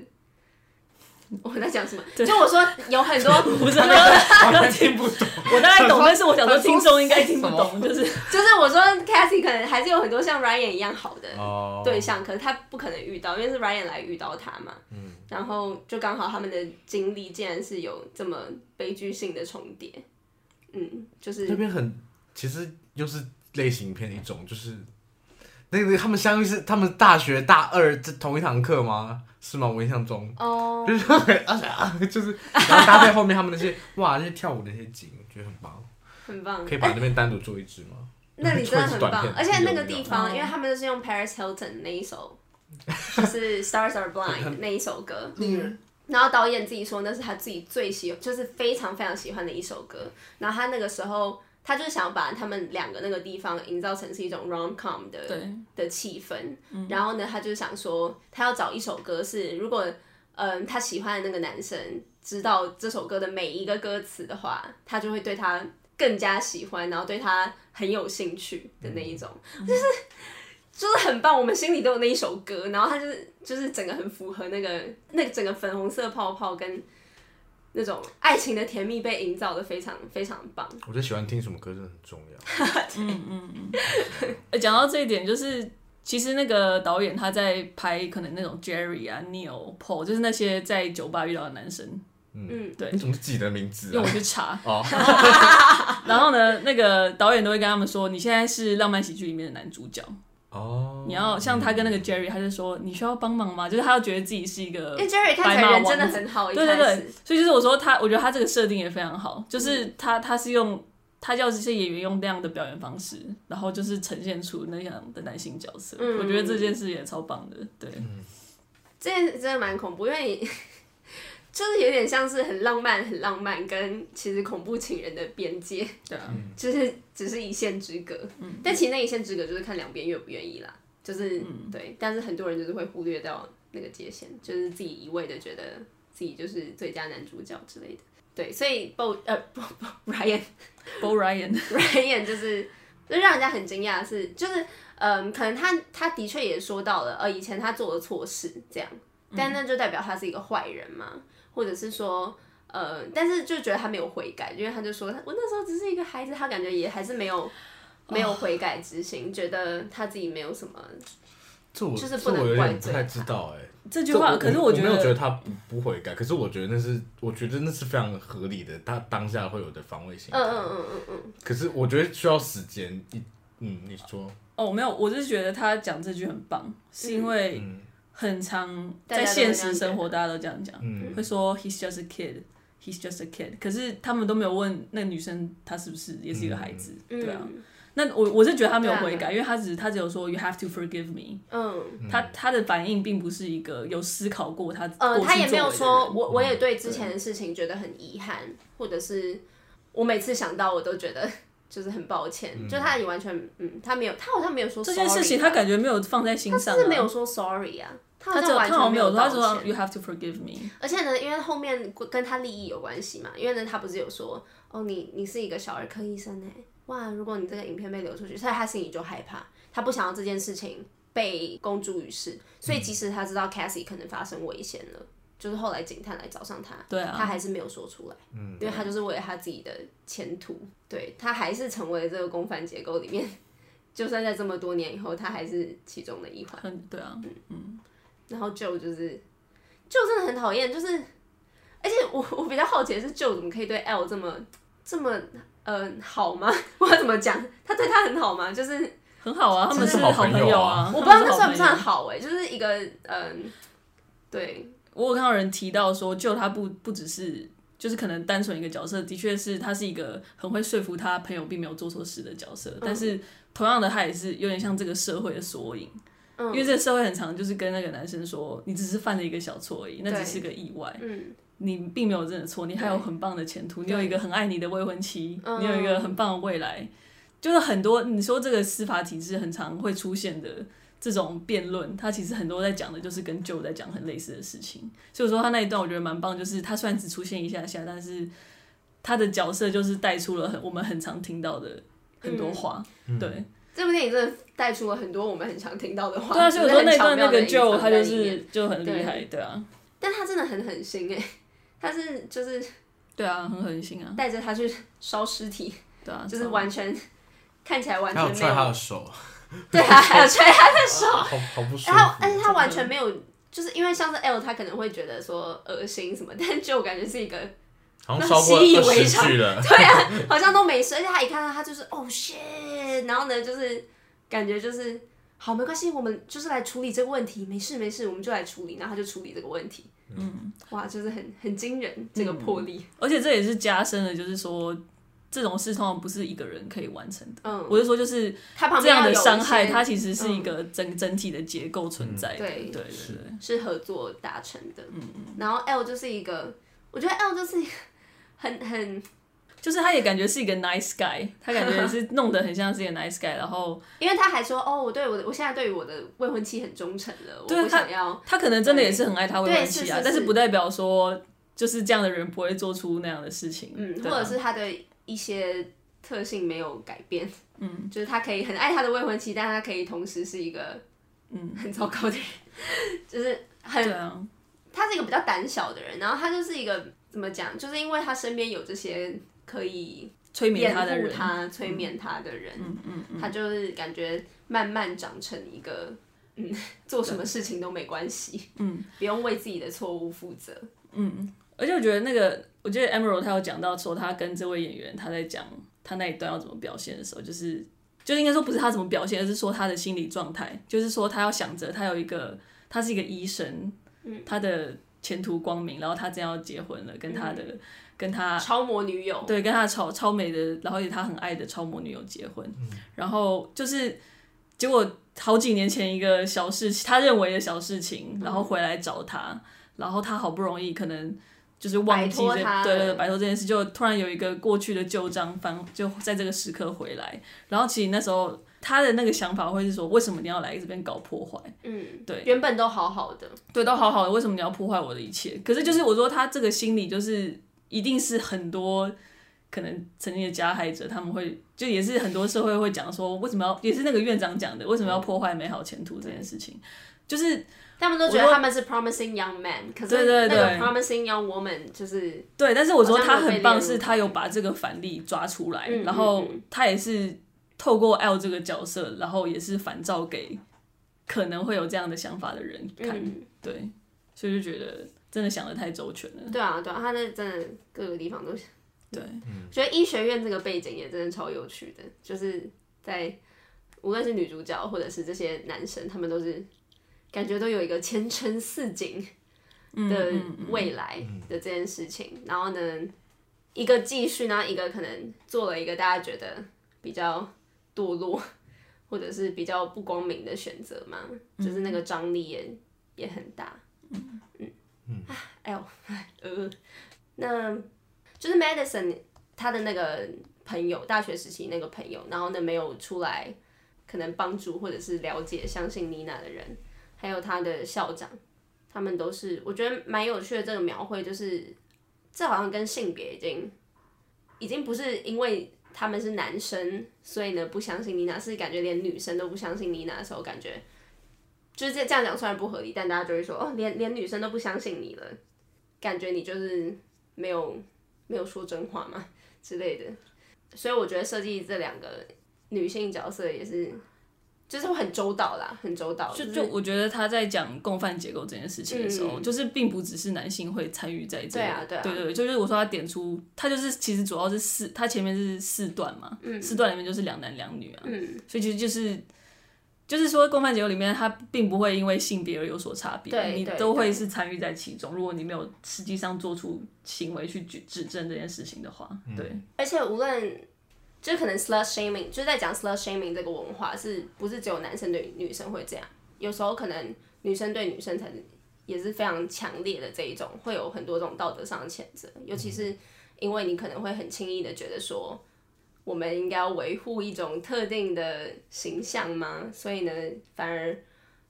我在讲什么？就我说有很多， 不 是，完全听不懂。我大概懂，但是我想说他说听众应该听不什么懂，就是就是我说 Cassie 可能还是有很多像 Ryan 一样好的哦对象，可是他不可能遇到，因为是 Ryan 来遇到他嘛。嗯。然后就刚好他们的经历竟然是有这么悲剧性的重叠，嗯，就是那边很，其实又是类型片一种，就是那个他们相遇是他们大学大二这同一堂课吗？是吗？我印 象中哦，就是很啊啊，就是然后搭配后面他们那些哇那些跳舞的那些景，我觉得很棒，很棒。可以把那边单独做一支吗？那里真的很短棒片，而且那个地有方，有因为他们就是用 Paris Hilton 那一首，就是 Stars Are Blind 那一首歌，嗯，然后导演自己说那是他自己最喜，就是非常非常喜欢的一首歌。然后他那个时候，他就是想把他们两个那个地方营造成是一种 rom com 的对的气氛。然后呢，他就想说，他要找一首歌是，如果嗯他喜欢的那个男生知道这首歌的每一个歌词的话，他就会对他更加喜欢，然后对他很有兴趣的那一种，就是就是很棒。我们心里都有那一首歌，然后他就是就是整个很符合那个那个整个粉红色泡泡跟。那种爱情的甜蜜被营造的非常非常棒，我就喜欢听什么歌真的很重要。欸讲到这一点，就是其实那个导演他在拍可能那种 Jerry 啊、Neil、Paul，就是那些在酒吧遇到的男生，嗯，对你怎么记得名字因为啊我？去查， 哦，然后呢，那个导演都会跟他们说，你现在是浪漫喜剧里面的男主角，哦，你要像他跟嗯那个 Jerry，他就说你需要帮忙吗？就是他要觉得自己是一个因为 Jerry 看白起马来王人子真的很好，一对开对始对，所以就是我说他，我觉得他这个设定也非常好，就是他他是用他叫这些演员用那样的表演方式，然后就是呈现出那样的男性角色，嗯我觉得这件事也超棒的，对，这件真的蛮恐怖，因为你 就是有点像是很浪漫、很浪漫，跟其实恐怖情人的边界，对啊，就是只是一线之隔。嗯、但其实那一线之隔就是看两边愿不愿意啦，就是、对。但是很多人就是会忽略到那个界限，就是自己一味的觉得自己就是最佳男主角之类的。对，所以 Bo 呃不不 Ryan Bo Ryan。Ryan 就是，就让人家很惊讶的是，就是嗯，可能他他的确也说到了，呃，以嗯前他做的错事这样，但那就代表他是一个坏人嘛，或者是说，呃，但是就觉得他没有悔改，因为他就说他我那时候只是一个孩子，他感觉也还是没有没有悔改之心，觉得他自己没有什么。这我就是不这能我有怪点不罪太他知道哎、这句话，我可是我觉没有觉得得他不不悔改，可是我觉得那是我觉得那是非常合理的，他当下会有的防卫心态。嗯嗯嗯嗯嗯，可是我觉得需要时间，一嗯，你说，哦，没有，我是觉得他讲这句很棒，是因为嗯很常大家在都会现这样啊实生活大家都这样讲，嗯会说 he's just a kid。He's just a kid，可是他们都没有问那个女生她是不是也是一个孩子，嗯对啊。那我我是觉得他没有悔对啊改，因为他只他只有说 you have to forgive me，嗯，他他的反应并不是一个有思考过他呃，过去他也没有作为的说人嗯我我也对之前的事情觉得很遗憾，或者是我每次想到我都觉得 就是很抱歉，就他也完全嗯，他没有，他好像没有说这件事情，他 sorry 吧感觉没有放在心他上、是不啊，是没有说 sorry 啊，他好他像只有完他好全像没有说，道他说歉。 you have to forgive me，而且呢，因为后面跟他利益有关系嘛，因为呢，他不是有说哦，你你是一个小儿科医生哎、哇，如果你这个影片被流出去，所以他心里就害怕，他不想要这件事情被公诸于世，所以即使他知道 Cassie 可能发生危险了，就是后来警探来找上他，对啊他还是没有说出来，嗯，因为他就是为了他自己的前途，对他还是成为这个公犯结构里面，就算在这么多年以后，他还是其中的一环。很对啊，然后舅就是舅真的很讨厌，就是而且我我比较好奇的是舅怎么可以对 L 这么这么呃好吗？ 我要怎么讲？他对他很好吗？就是很好啊，他们真是是好好朋友友啊，啊我不知道他们那是好算不算朋友。好哎、就是一个嗯、对，我有看到人提到说，就他不不只是。就是可能单纯一个角色，的确是他是一个很会说服他朋友并没有做错事的角色，嗯但是同样的，他也是有点像这个社会的缩影，嗯因为这个社会很常就是跟那个男生说，你只是犯了一个小错而已，那对只是个意外，嗯你并没有真的错，你还有很棒的前途，对你有一个很爱你的未婚妻，嗯你有一个很棒的未来，嗯就是很多你说这个司法体制很常会出现的这种辩论，它其实很多在讲的就是跟旧在讲很类似的事情，所以我说他那一段我觉得蛮棒，就是他虽然只出现一下下，但是他的角色就是带出了很我们很常听到的很多话，对。这部电影真的带出了很多我们很常听到的话。对啊，只所是以我说那很一巧段妙那地个隐藏就他在就里面是就很对厉害，对啊，但他真的很狠心哎、他是就是对啊，很狠心啊，带着他去烧尸体，对啊，就是超完全看起来完他有全没踹他的有，手，对啊，还有吹他的手，好好不舒然后，哎而服。且他完全没有，就是因为像是 L，他可能会觉得说恶心什么，但就我感觉是一个， 好像超过那习以二为十常句了，对啊，好像都没事。而且他一看到他就是哦 shit，然后呢，就是感觉就是好没关系，我们就是来处理这个问题，没事没事，我们就来处理。然后他就处理这个问题，嗯，哇，就是很很惊人这个魄力，而且这也是加深了，就是说这种事通常不是一个人可以完成的。嗯，我是说，就是他旁这边样要的有一伤害，些它其实是一个整、整体的结构存在嗯的。对对对是对，是合作达成的，嗯嗯，然后 L 就是一个，我觉得 L 就是一个很很，就是他也感觉是一个 nice guy，他感觉是弄得很像是一个 nice guy，然后因为他还说哦，我对我的我现在对于我的未婚妻很忠诚了，我对啊不他想要。他可能真的也是很爱他未对婚妻是啊是但是是不代表说就是这样的人不会做出那样的事情，嗯，或对啊者是他的一些特性没有改变，嗯， 就是他可以很爱他的未婚妻，但他可以同时是一个嗯 很糟糕的人，就是对很啊，他是一个比较胆小的人，然后他就是一个怎么讲，就是因为他身边有这些可以催眠掩他的护人，他、催眠他的人，嗯嗯他就是感觉慢慢长成一个。嗯，做什么事情都没关系，嗯，不用为自己的错误负责。而且我觉得那个，我记得 Emerald 他有讲到说，他跟这位演员他在讲他那一段要怎么表现的时候，就是就是应该说不是他怎么表现，而是说他的心理状态，就是说他要想着他有一个，他是一个医生，他的前途光明，然后他真要结婚了，跟他的、跟他超模女友，对，跟他的超超美的，然后也他很爱的超模女友结婚，嗯然后就是结果好几年前一个小事情，他认为的小事情，嗯然后回来找他，然后他好不容易可能就是忘记摆脱这他对对对摆脱这件事，就突然有一个过去的旧账翻，就在这个时刻回来，然后其实那时候他的那个想法会是说，为什么你要来这边搞破坏？嗯，对原本都好好的，对，都好好的，为什么你要破坏我的一切？可是就是我说他这个心理就是一定是很多可能曾经的加害者，他们会就也是很多社会会讲说，为什么要也是那个院长讲的，为什嗯么要破坏美好前途这件事情，就是他们都觉得他们是 promising young man，可是那对个对对 promising young woman 就是对，但是我说好像他没有很被棒，列入是他有把这个反例抓出来，嗯然后嗯嗯他也是透过 L 这个角色，然后也是反照给可能会有这样的想法的人看，嗯，对，所以就觉得真的想的太周全了，对啊对啊，他那真的各个地方都是。对，觉得医学院这个背景也真的超有趣的，就是在无论是女主角或者是这些男生，他们都是感觉都有一个前程似锦嗯的嗯嗯未来的这件事情。然后呢，一个继续，然后一个可能做了一个大家觉得比较堕落或者是比较不光明的选择嘛，嗯就是那个张力也也很大。嗯嗯，哎呦， 呃，那就是 Madison 他的那个朋友，大学时期那个朋友，然后呢没有出来，可能帮助或者是了解、相信妮娜的人，还有他的校长，他们都是我觉得蛮有趣的这个描绘，就是这好像跟性别已经已经不是因为他们是男生，所以呢不相信妮娜，是感觉连女生都不相信妮娜的时候，感觉就是这这样讲虽然不合理，但大家就会说哦，连连女生都不相信你了，感觉你就是没有没有说真话嘛之类的。所以我觉得设计这两个女性角色也是，就是很周到啦，很周到。就是就我觉得他在讲共犯结构这件事情的时候，嗯就是并不只是男性会参与在这对个，啊对啊对对，就是我说他点出，他就是其实主要是四，他前面是四段嘛，四段里面就是两男两女啊，嗯所以其实就是就是说共犯结构里面，他并不会因为性别而有所差别，对你对都会对是参与在其中。如果你没有实际上做出行为去举指证这件事情的话，对，而且无论就可能 slut shaming，就是在讲 slut shaming 这个文化，是不是只有男生对女生会这样？有时候可能女生对女生才是也是非常强烈的这一种，会有很多种道德上的谴责，尤其是因为你可能会很轻易的觉得说，我们应该要维护一种特定的形象吗？所以呢，反而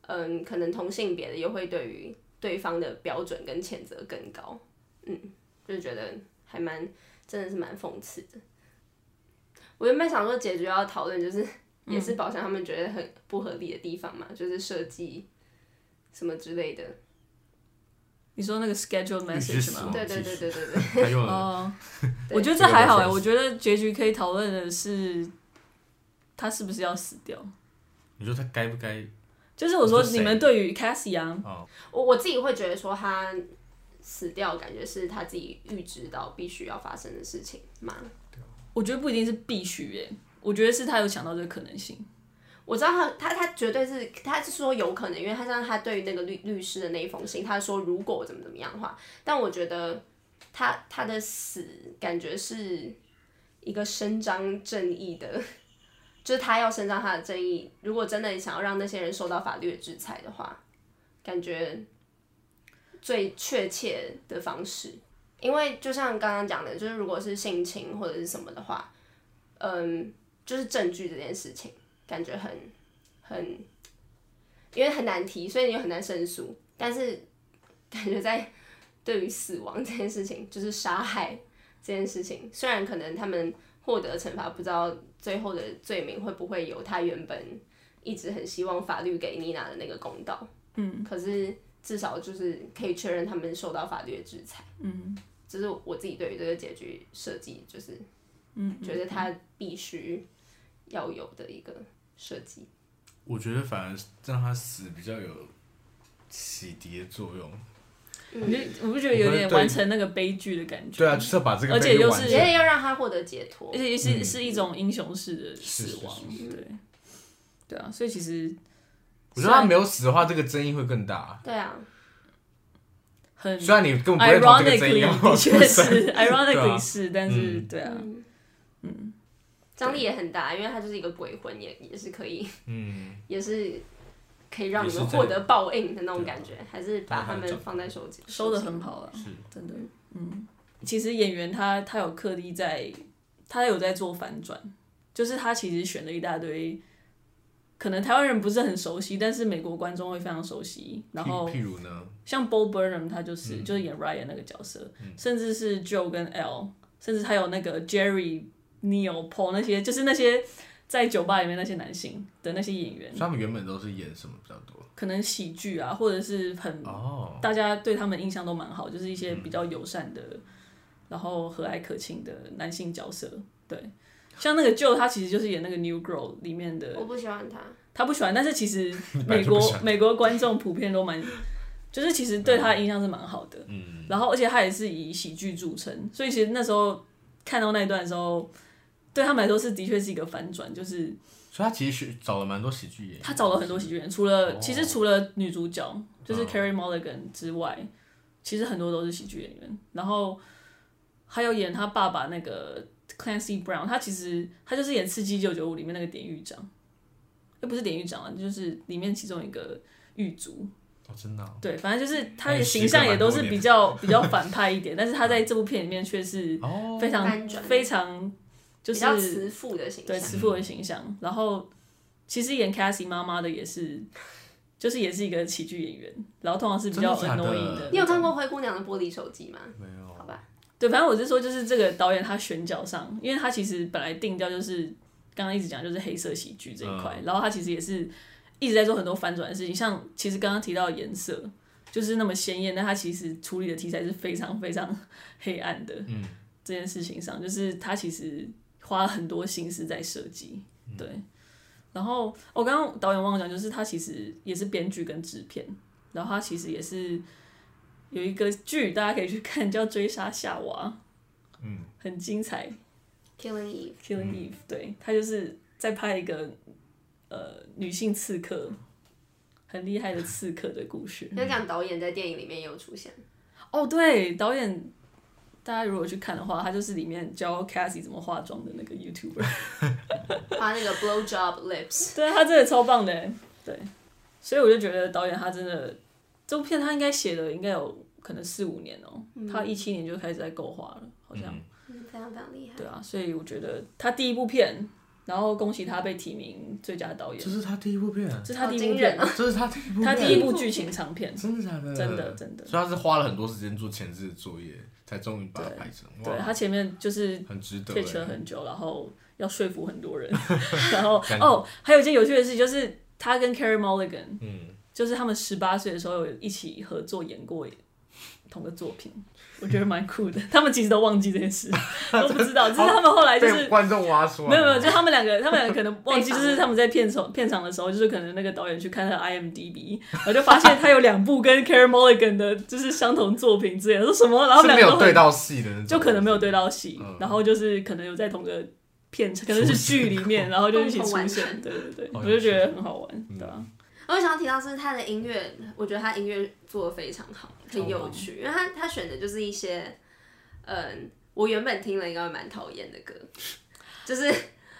嗯，可能同性别的又会对于对方的标准跟谴责更高，嗯，就觉得还蛮真的是蛮讽刺的。我原本想说解决要讨论就是嗯也是宝强他们觉得很不合理的地方嘛，就是设计什么之类的。你说那个 scheduled 预知 message 死吗亡？对对技对术对对对，他用了哦、对我觉得这还好哎、这个我觉得结局可以讨论的是他是不是要死掉。你说他该不该就是我说你说谁哦你们对于 Cassie 啊，我我自己会觉得说他死掉，感觉是他自己预知到必须要发生的事情嘛。我觉得不一定是必须耶、我觉得是他有想到这个可能性。我知道他他他绝对是他是说有可能，因为他像他对于那个律律师的那一封信，他说如果我怎么怎么样的话，但我觉得他他的死感觉是一个伸张正义的，就是他要伸张他的正义。如果真的想要让那些人受到法律的制裁的话，感觉最确切的方式，因为就像刚刚讲的，就是如果是性侵或者是什么的话，嗯，就是证据这件事情。感觉很很，因为很难提，所以你又很难申诉。但是感觉在对于死亡这件事情，就是杀害这件事情，虽然可能他们获得惩罚，不知道最后的罪名会不会有他原本一直很希望法律给妮娜的那个公道。嗯，可是至少就是可以确认他们受到法律的制裁。嗯，这是我自己对于这个结局设计，就是嗯觉得他必须要有的一个设计。我觉得反而让他死比较有洗涤的作用。你就我不觉得有点完成那个悲剧的感觉？对啊，就是要把这个而且被又完是也要让他获得解脱而。且也是、嗯是一种英雄式的死亡，是对，对啊，所以其实我觉得他没有死的话，这个争议会更大。对啊，很虽然你根本不认同这个争 ironically 议 要的确是啊对啊 ironically 是，但是对啊，嗯，张力也很大，因为他就是一个鬼魂，也也是可以，嗯， 也是可以让你也们是在获得报应的那种感觉，还是把他对们啊放在手机啊收的很。好了，是真的，嗯，其实演员他他有刻意在，他有在做反转，就是他其实选了一大堆，可能台湾人不是很熟悉，但是美国观众会非常熟悉，然后譬譬如呢，像 Bo Burnham，他就是、就是演 Ryan 那个角色，甚至是 Joe 跟 L，甚至还有那个 Jerry、Neil、Paul 那些，就是那些在酒吧里面那些男性的那些演员所以，他们原本都是演什么比较多？可能喜剧啊，或者是很哦，嗯大家对他们印象都蛮好，就是一些比较友善的，然后和蔼可亲的男性角色。对，像那个 Joe，他其实就是演那个 New Girl 里面的我不喜欢他。他不喜欢，但是其实 本美来就不国喜欢美国观众普遍都蛮，就是其实对他的印象是蛮好的。嗯，然后而且他也是以喜剧著称，所以其实那时候看到那一段的时候，对他们来说是的确是一个反转，就是所以他其实找了蛮多喜剧演员，哦他找了很多喜剧演员，除了、其实除了女主角就是嗯 Carrie Mulligan 之外，其实很多都是喜剧演员。然后还有演他爸爸那个 Clancy Brown，他其实他就是演《刺激九九五》里面那个典狱长，又不是典狱长啊，就是里面其中一个狱卒。哦，真的哦、对，反正就是他那的也形习象惯也蛮都多是年比较 比较反派一点，但是他在这部片里面却是哦非常翻转非常就是比较慈父的形对象，慈父的形象。然后其实演 Cassie 妈妈的也是，就是也是一个喜剧演员，然后通常是比较真的假的 annoying 的。你有看过《灰姑娘的玻璃手机》吗？没有，好吧，对，反正我是说，就是这个导演他选角上，因为他其实本来定调就是刚刚一直讲就是黑色喜剧这一块，然后他其实也是一直在做很多反转的事情，像其实刚刚提到的颜色就是那么鲜艳，但他其实处理的题材是非常非常 黑暗的。嗯，这件事情上，就是他其实花了很多心思在设计，对。然后我、刚刚导演忘了讲，就是他其实也是编剧跟制片，然后他其实也是有一个剧大家可以去看，叫《追杀夏娃》，嗯，很精彩。 《Killing Eve》 Killing Eve，、对他就是在拍一个呃女性刺客，很厉害的刺客的故事。香港导演在电影里面也有出现，哦，对，导演，大家如果去看的话，他就是里面教 Cassie 怎么化妆的那个 YouTuber。他那个 blow job lips，对他真的超棒的，对，所以我就觉得导演他真的这部片他应该写了应该有可能四五年哦、他一七年就开始在勾画了，好像。嗯非常非常厉害。对啊，所以我觉得他第一部片，然后恭喜他被提名最佳导演，这是他第一部片，这是他第一好部惊片人，啊！这是他第一部片，他第一部剧情长片，真的假的？真的真的所以他是花了很多时间做前置的作业，才终于把它拍成，对哇，他前面就是很值得欸。退车很久，然后要说服很 多人，然后哦，还有一件有趣的事情就是他跟 Carrie Mulligan，嗯，就是他们十八岁的时候有一起合作演过。同个作品，我觉得蛮酷的。他们其实都忘记这件 事，都不知道，只是他们后来哎就是被观众挖出来，没有没有，就他们两个，他们两个可能忘记，被就访是他们在片场片场的时候，就是可能那个导演去看他的 IMDB，然后就发现他有两部跟 Karen Mulligan 的就是相同作品之类的，说什么，然后是他们没两个有都对很到戏的那种，就可能没有对到戏，嗯然后就是可能有在同个片，可能是剧里 面，然后就一起出共同完现，成对对对，好我有就觉得很好玩，嗯对啊，我想要提到是他的音乐，我觉得他音乐做的非常好，很有趣，因为他他选的就是一些，嗯，我原本听了应该会蛮讨厌的歌，就是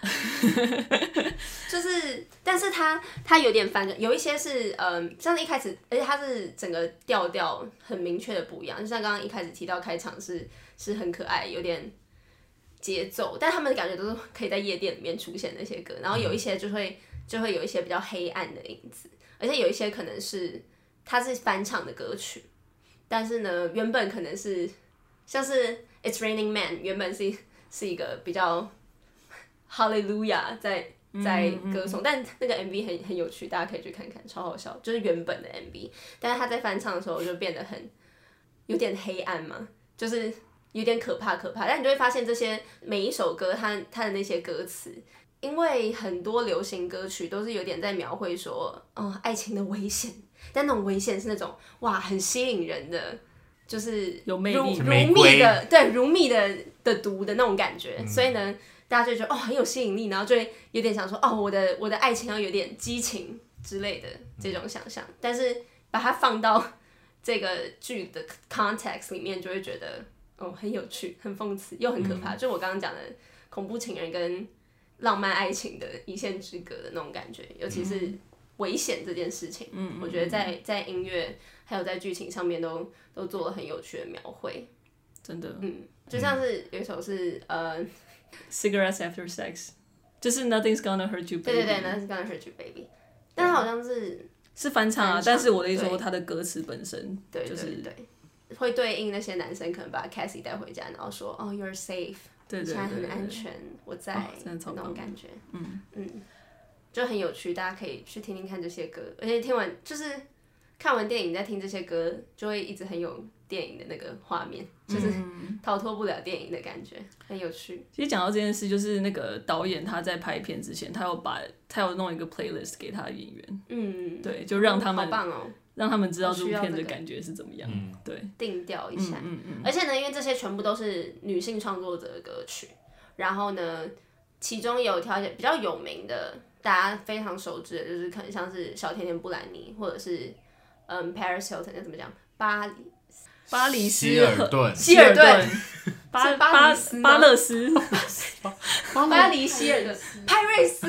就是，但是他他有点反转，有一些是嗯，像一开始，而且他是整个调调很明确的不一样，就像刚刚一开始提到开场是是很可爱，有点。节奏，但他们感觉都是可以在夜店里面出现那些歌，然后有一些就会就会有一些比较黑暗的影子，而且有一些可能是它是翻唱的歌曲，但是呢，原本可能是像是《It's Raining Man》，原本是是一个比较 Hallelujah 在在歌颂，但那个 MV 很很有趣，大家可以去看看，超好笑，就是原本的 MV，但是他在翻唱的时候就变得很有点黑暗嘛，就是。有点可怕，可怕。但你就会发现，这些每一首歌它它的那些歌词，因为很多流行歌曲都是有点在描绘说，嗯，爱情的危险，但那种危险是那种哇，很吸引人的，就是有魅如力如玫蜜瑰的，对，如蜜的的毒的那种感觉。嗯所以呢，大家就觉得哦很有吸引力，然后就会有点想说，哦，我的我的爱情要有点激情之类的这种想象。但是把它放到这个剧的 context 里面，就会觉得哦很有趣，很讽刺又很可怕，就我刚刚讲的恐怖情人跟浪漫爱情的一线之隔的那种感觉，尤其是危险这件事情，嗯，我觉得在在音乐还有在剧情上面都都做了很有趣的描绘，真的嗯，就像是有一首是呃， ，Cigarettes After Sex，就是 Nothing's Gonna Hurt You，对对对， Baby 那是刚刚 Rich Baby，但它好像是是翻唱啊翻唱，但是我的意思说对他的歌词本身对就对是对，会对应那些男生，可能把 Cassie 带回家，然后说：“哦，You're safe，对对现在对很对安对全，我在。哦真的超那棒种感觉，嗯嗯，就很有趣，大家可以去听听看这些歌，而且听完就是看完电影再听这些歌，就会一直很有电影的那个画面，就是 嗯逃脱不了电影的感觉，很有趣。其实讲到这件事，就是那个导演他在拍片之前，他有把他有弄一个 playlist 给他的演员，嗯，对，就让他们好棒哦，让他们知道这部需要片这的个感觉是怎么样。嗯对，定调一嗯下。嗯嗯，而且呢，因为这些全部都是女性创作者的歌曲，然后呢，其中有条件比较有名的，大家非常熟知的，就是可能像是小甜甜布兰妮，或者是嗯 Paris Hilton，那怎么讲？巴黎巴黎希斯尔顿希尔顿、巴是 巴巴黎斯吗巴勒斯， 巴黎希尔顿、派瑞斯、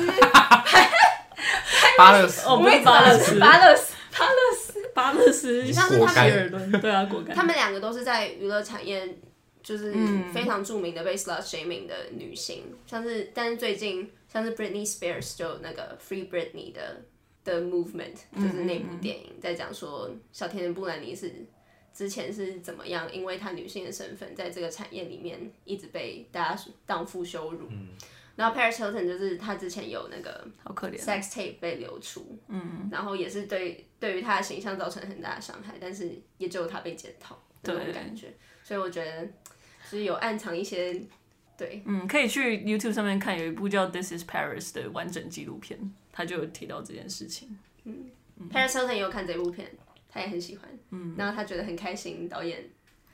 巴勒斯，哦不是巴勒斯巴勒斯，巴勒斯，巴勒斯你希像是他们果干尔顿， 对啊，果干他。们两个都是在娱乐产业。就是非常著名的被 slut shaming 的女星，像是但是最近像是 Britney Spears 就有那个 Free Britney 的的 movement，就是那部电影在讲说小甜甜布兰妮是之前是怎么样，因为她女性的身份在这个产业里面一直被大家荡妇羞辱。然后 Paris Hilton 就是她之前有那个好可怜， sex tape 被流出，嗯，然后也是对对于他的形象造成很大的伤害，但是也只有他被检讨那种对感觉，所以我觉得就是有暗藏一些对，嗯，可以去 YouTube 上面看，有一部叫《This Is Paris》的完整纪录片，他就有提到这件事情。嗯 Paris Hilton 也有看这部片，他也很喜欢，嗯，然后他觉得很开心，导演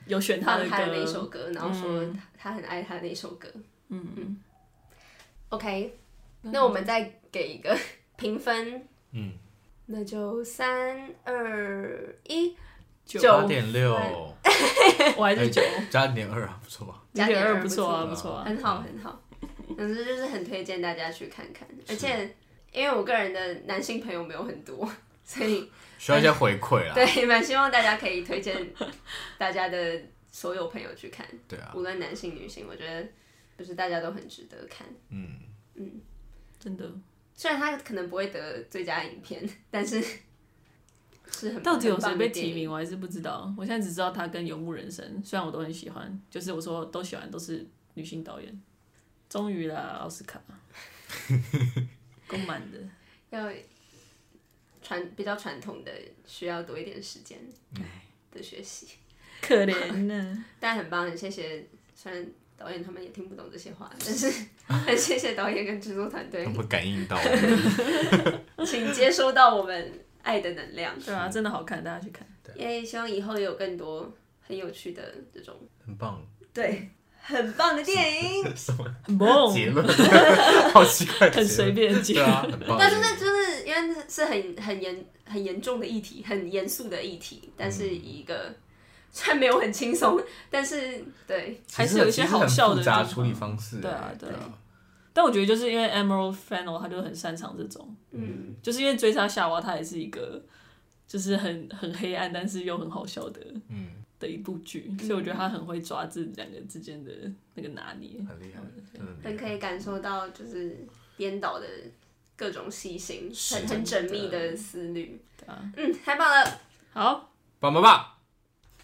有选他放的歌，嗯他的那一首歌，然后说他他很爱他的那首歌，嗯嗯，OK，那我们再给一个 评分，嗯，那就三二一，八九点六，我还是九，加点二啊，不错吧？零加点点二二不不错错啊，啊不错啊。很好很好。总之就是很推荐大家去看看，而且因为我个人的男性朋友没有很多，所以需要一些回馈啦。对蛮希望大家可以推荐大家的所有朋友去看，对啊，无论男性女性，我觉得就是大家都很值得看。嗯，真的，虽然他可能不会得最佳影片，但是是很 到底有谁被提？很棒的电名，影我还是不知道。我现在只知道他跟《游牧人生》，虽然我都很喜欢，就是我说都喜欢都是女性导演。终于啦，奥斯卡，够满的。要传比较传统的，需要多一点时间嗯的学习。可怜呢、但很棒，很谢谢。虽然导演他们也听不懂这些话，但 是很谢谢导演跟制作团队他，们感应到我，请接收到我们爱的能量。 对啊，真的好看，大家去看。也希望以后有更多很有趣的这种很棒。对很棒的电影。 很棒，结论 好奇怪哦的结论，很随便的结对啊，很棒。但是那就是因为是很很严很严重的议题，很严肃的议题，但是以一个虽然没有很轻松，但是对其实还是有一些好笑的其实地很复杂方处理方式。对啊哎对对啊啊，但我觉得就是因为 Emerald Fennel 他就很擅长这种，嗯就是因为追杀夏娃，他也是一个就是很很黑暗，但是又很好笑的嗯，的一部剧，所以我觉得他很会抓这两个之间的那个拿捏。很厉害，真的很厉害很可以感受到就是编导的各种细心，很很真缜的密的思虑。对啊，嗯，太棒了！ 好，棒棒棒！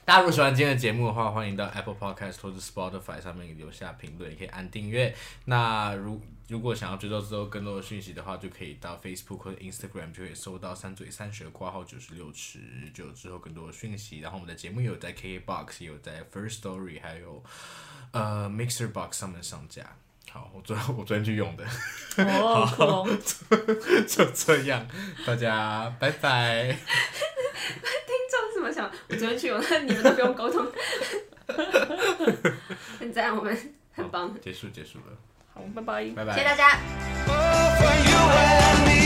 大家如果喜欢今天的节目的话，欢迎到 Apple Podcast 或者 Spotify 上面留下评论，也可以按订阅。那如如果想要追踪之后更多的讯息的话，就可以到 Facebook 或者 Instagram 就可以搜到三嘴三舌挂号九十六尺九之后更多的讯息。然后我们的节目也有在 KBox，也有在 First Story，还有呃 Mixer Box 上面上架。好，我昨我昨天去用的， 哦，酷哦，就这样，大家拜拜。这样怎么想？我昨天去有，你们都不用沟 通。很赞，我们很棒，结束结束了，好，拜拜。拜拜。谢谢大家。 for you and me.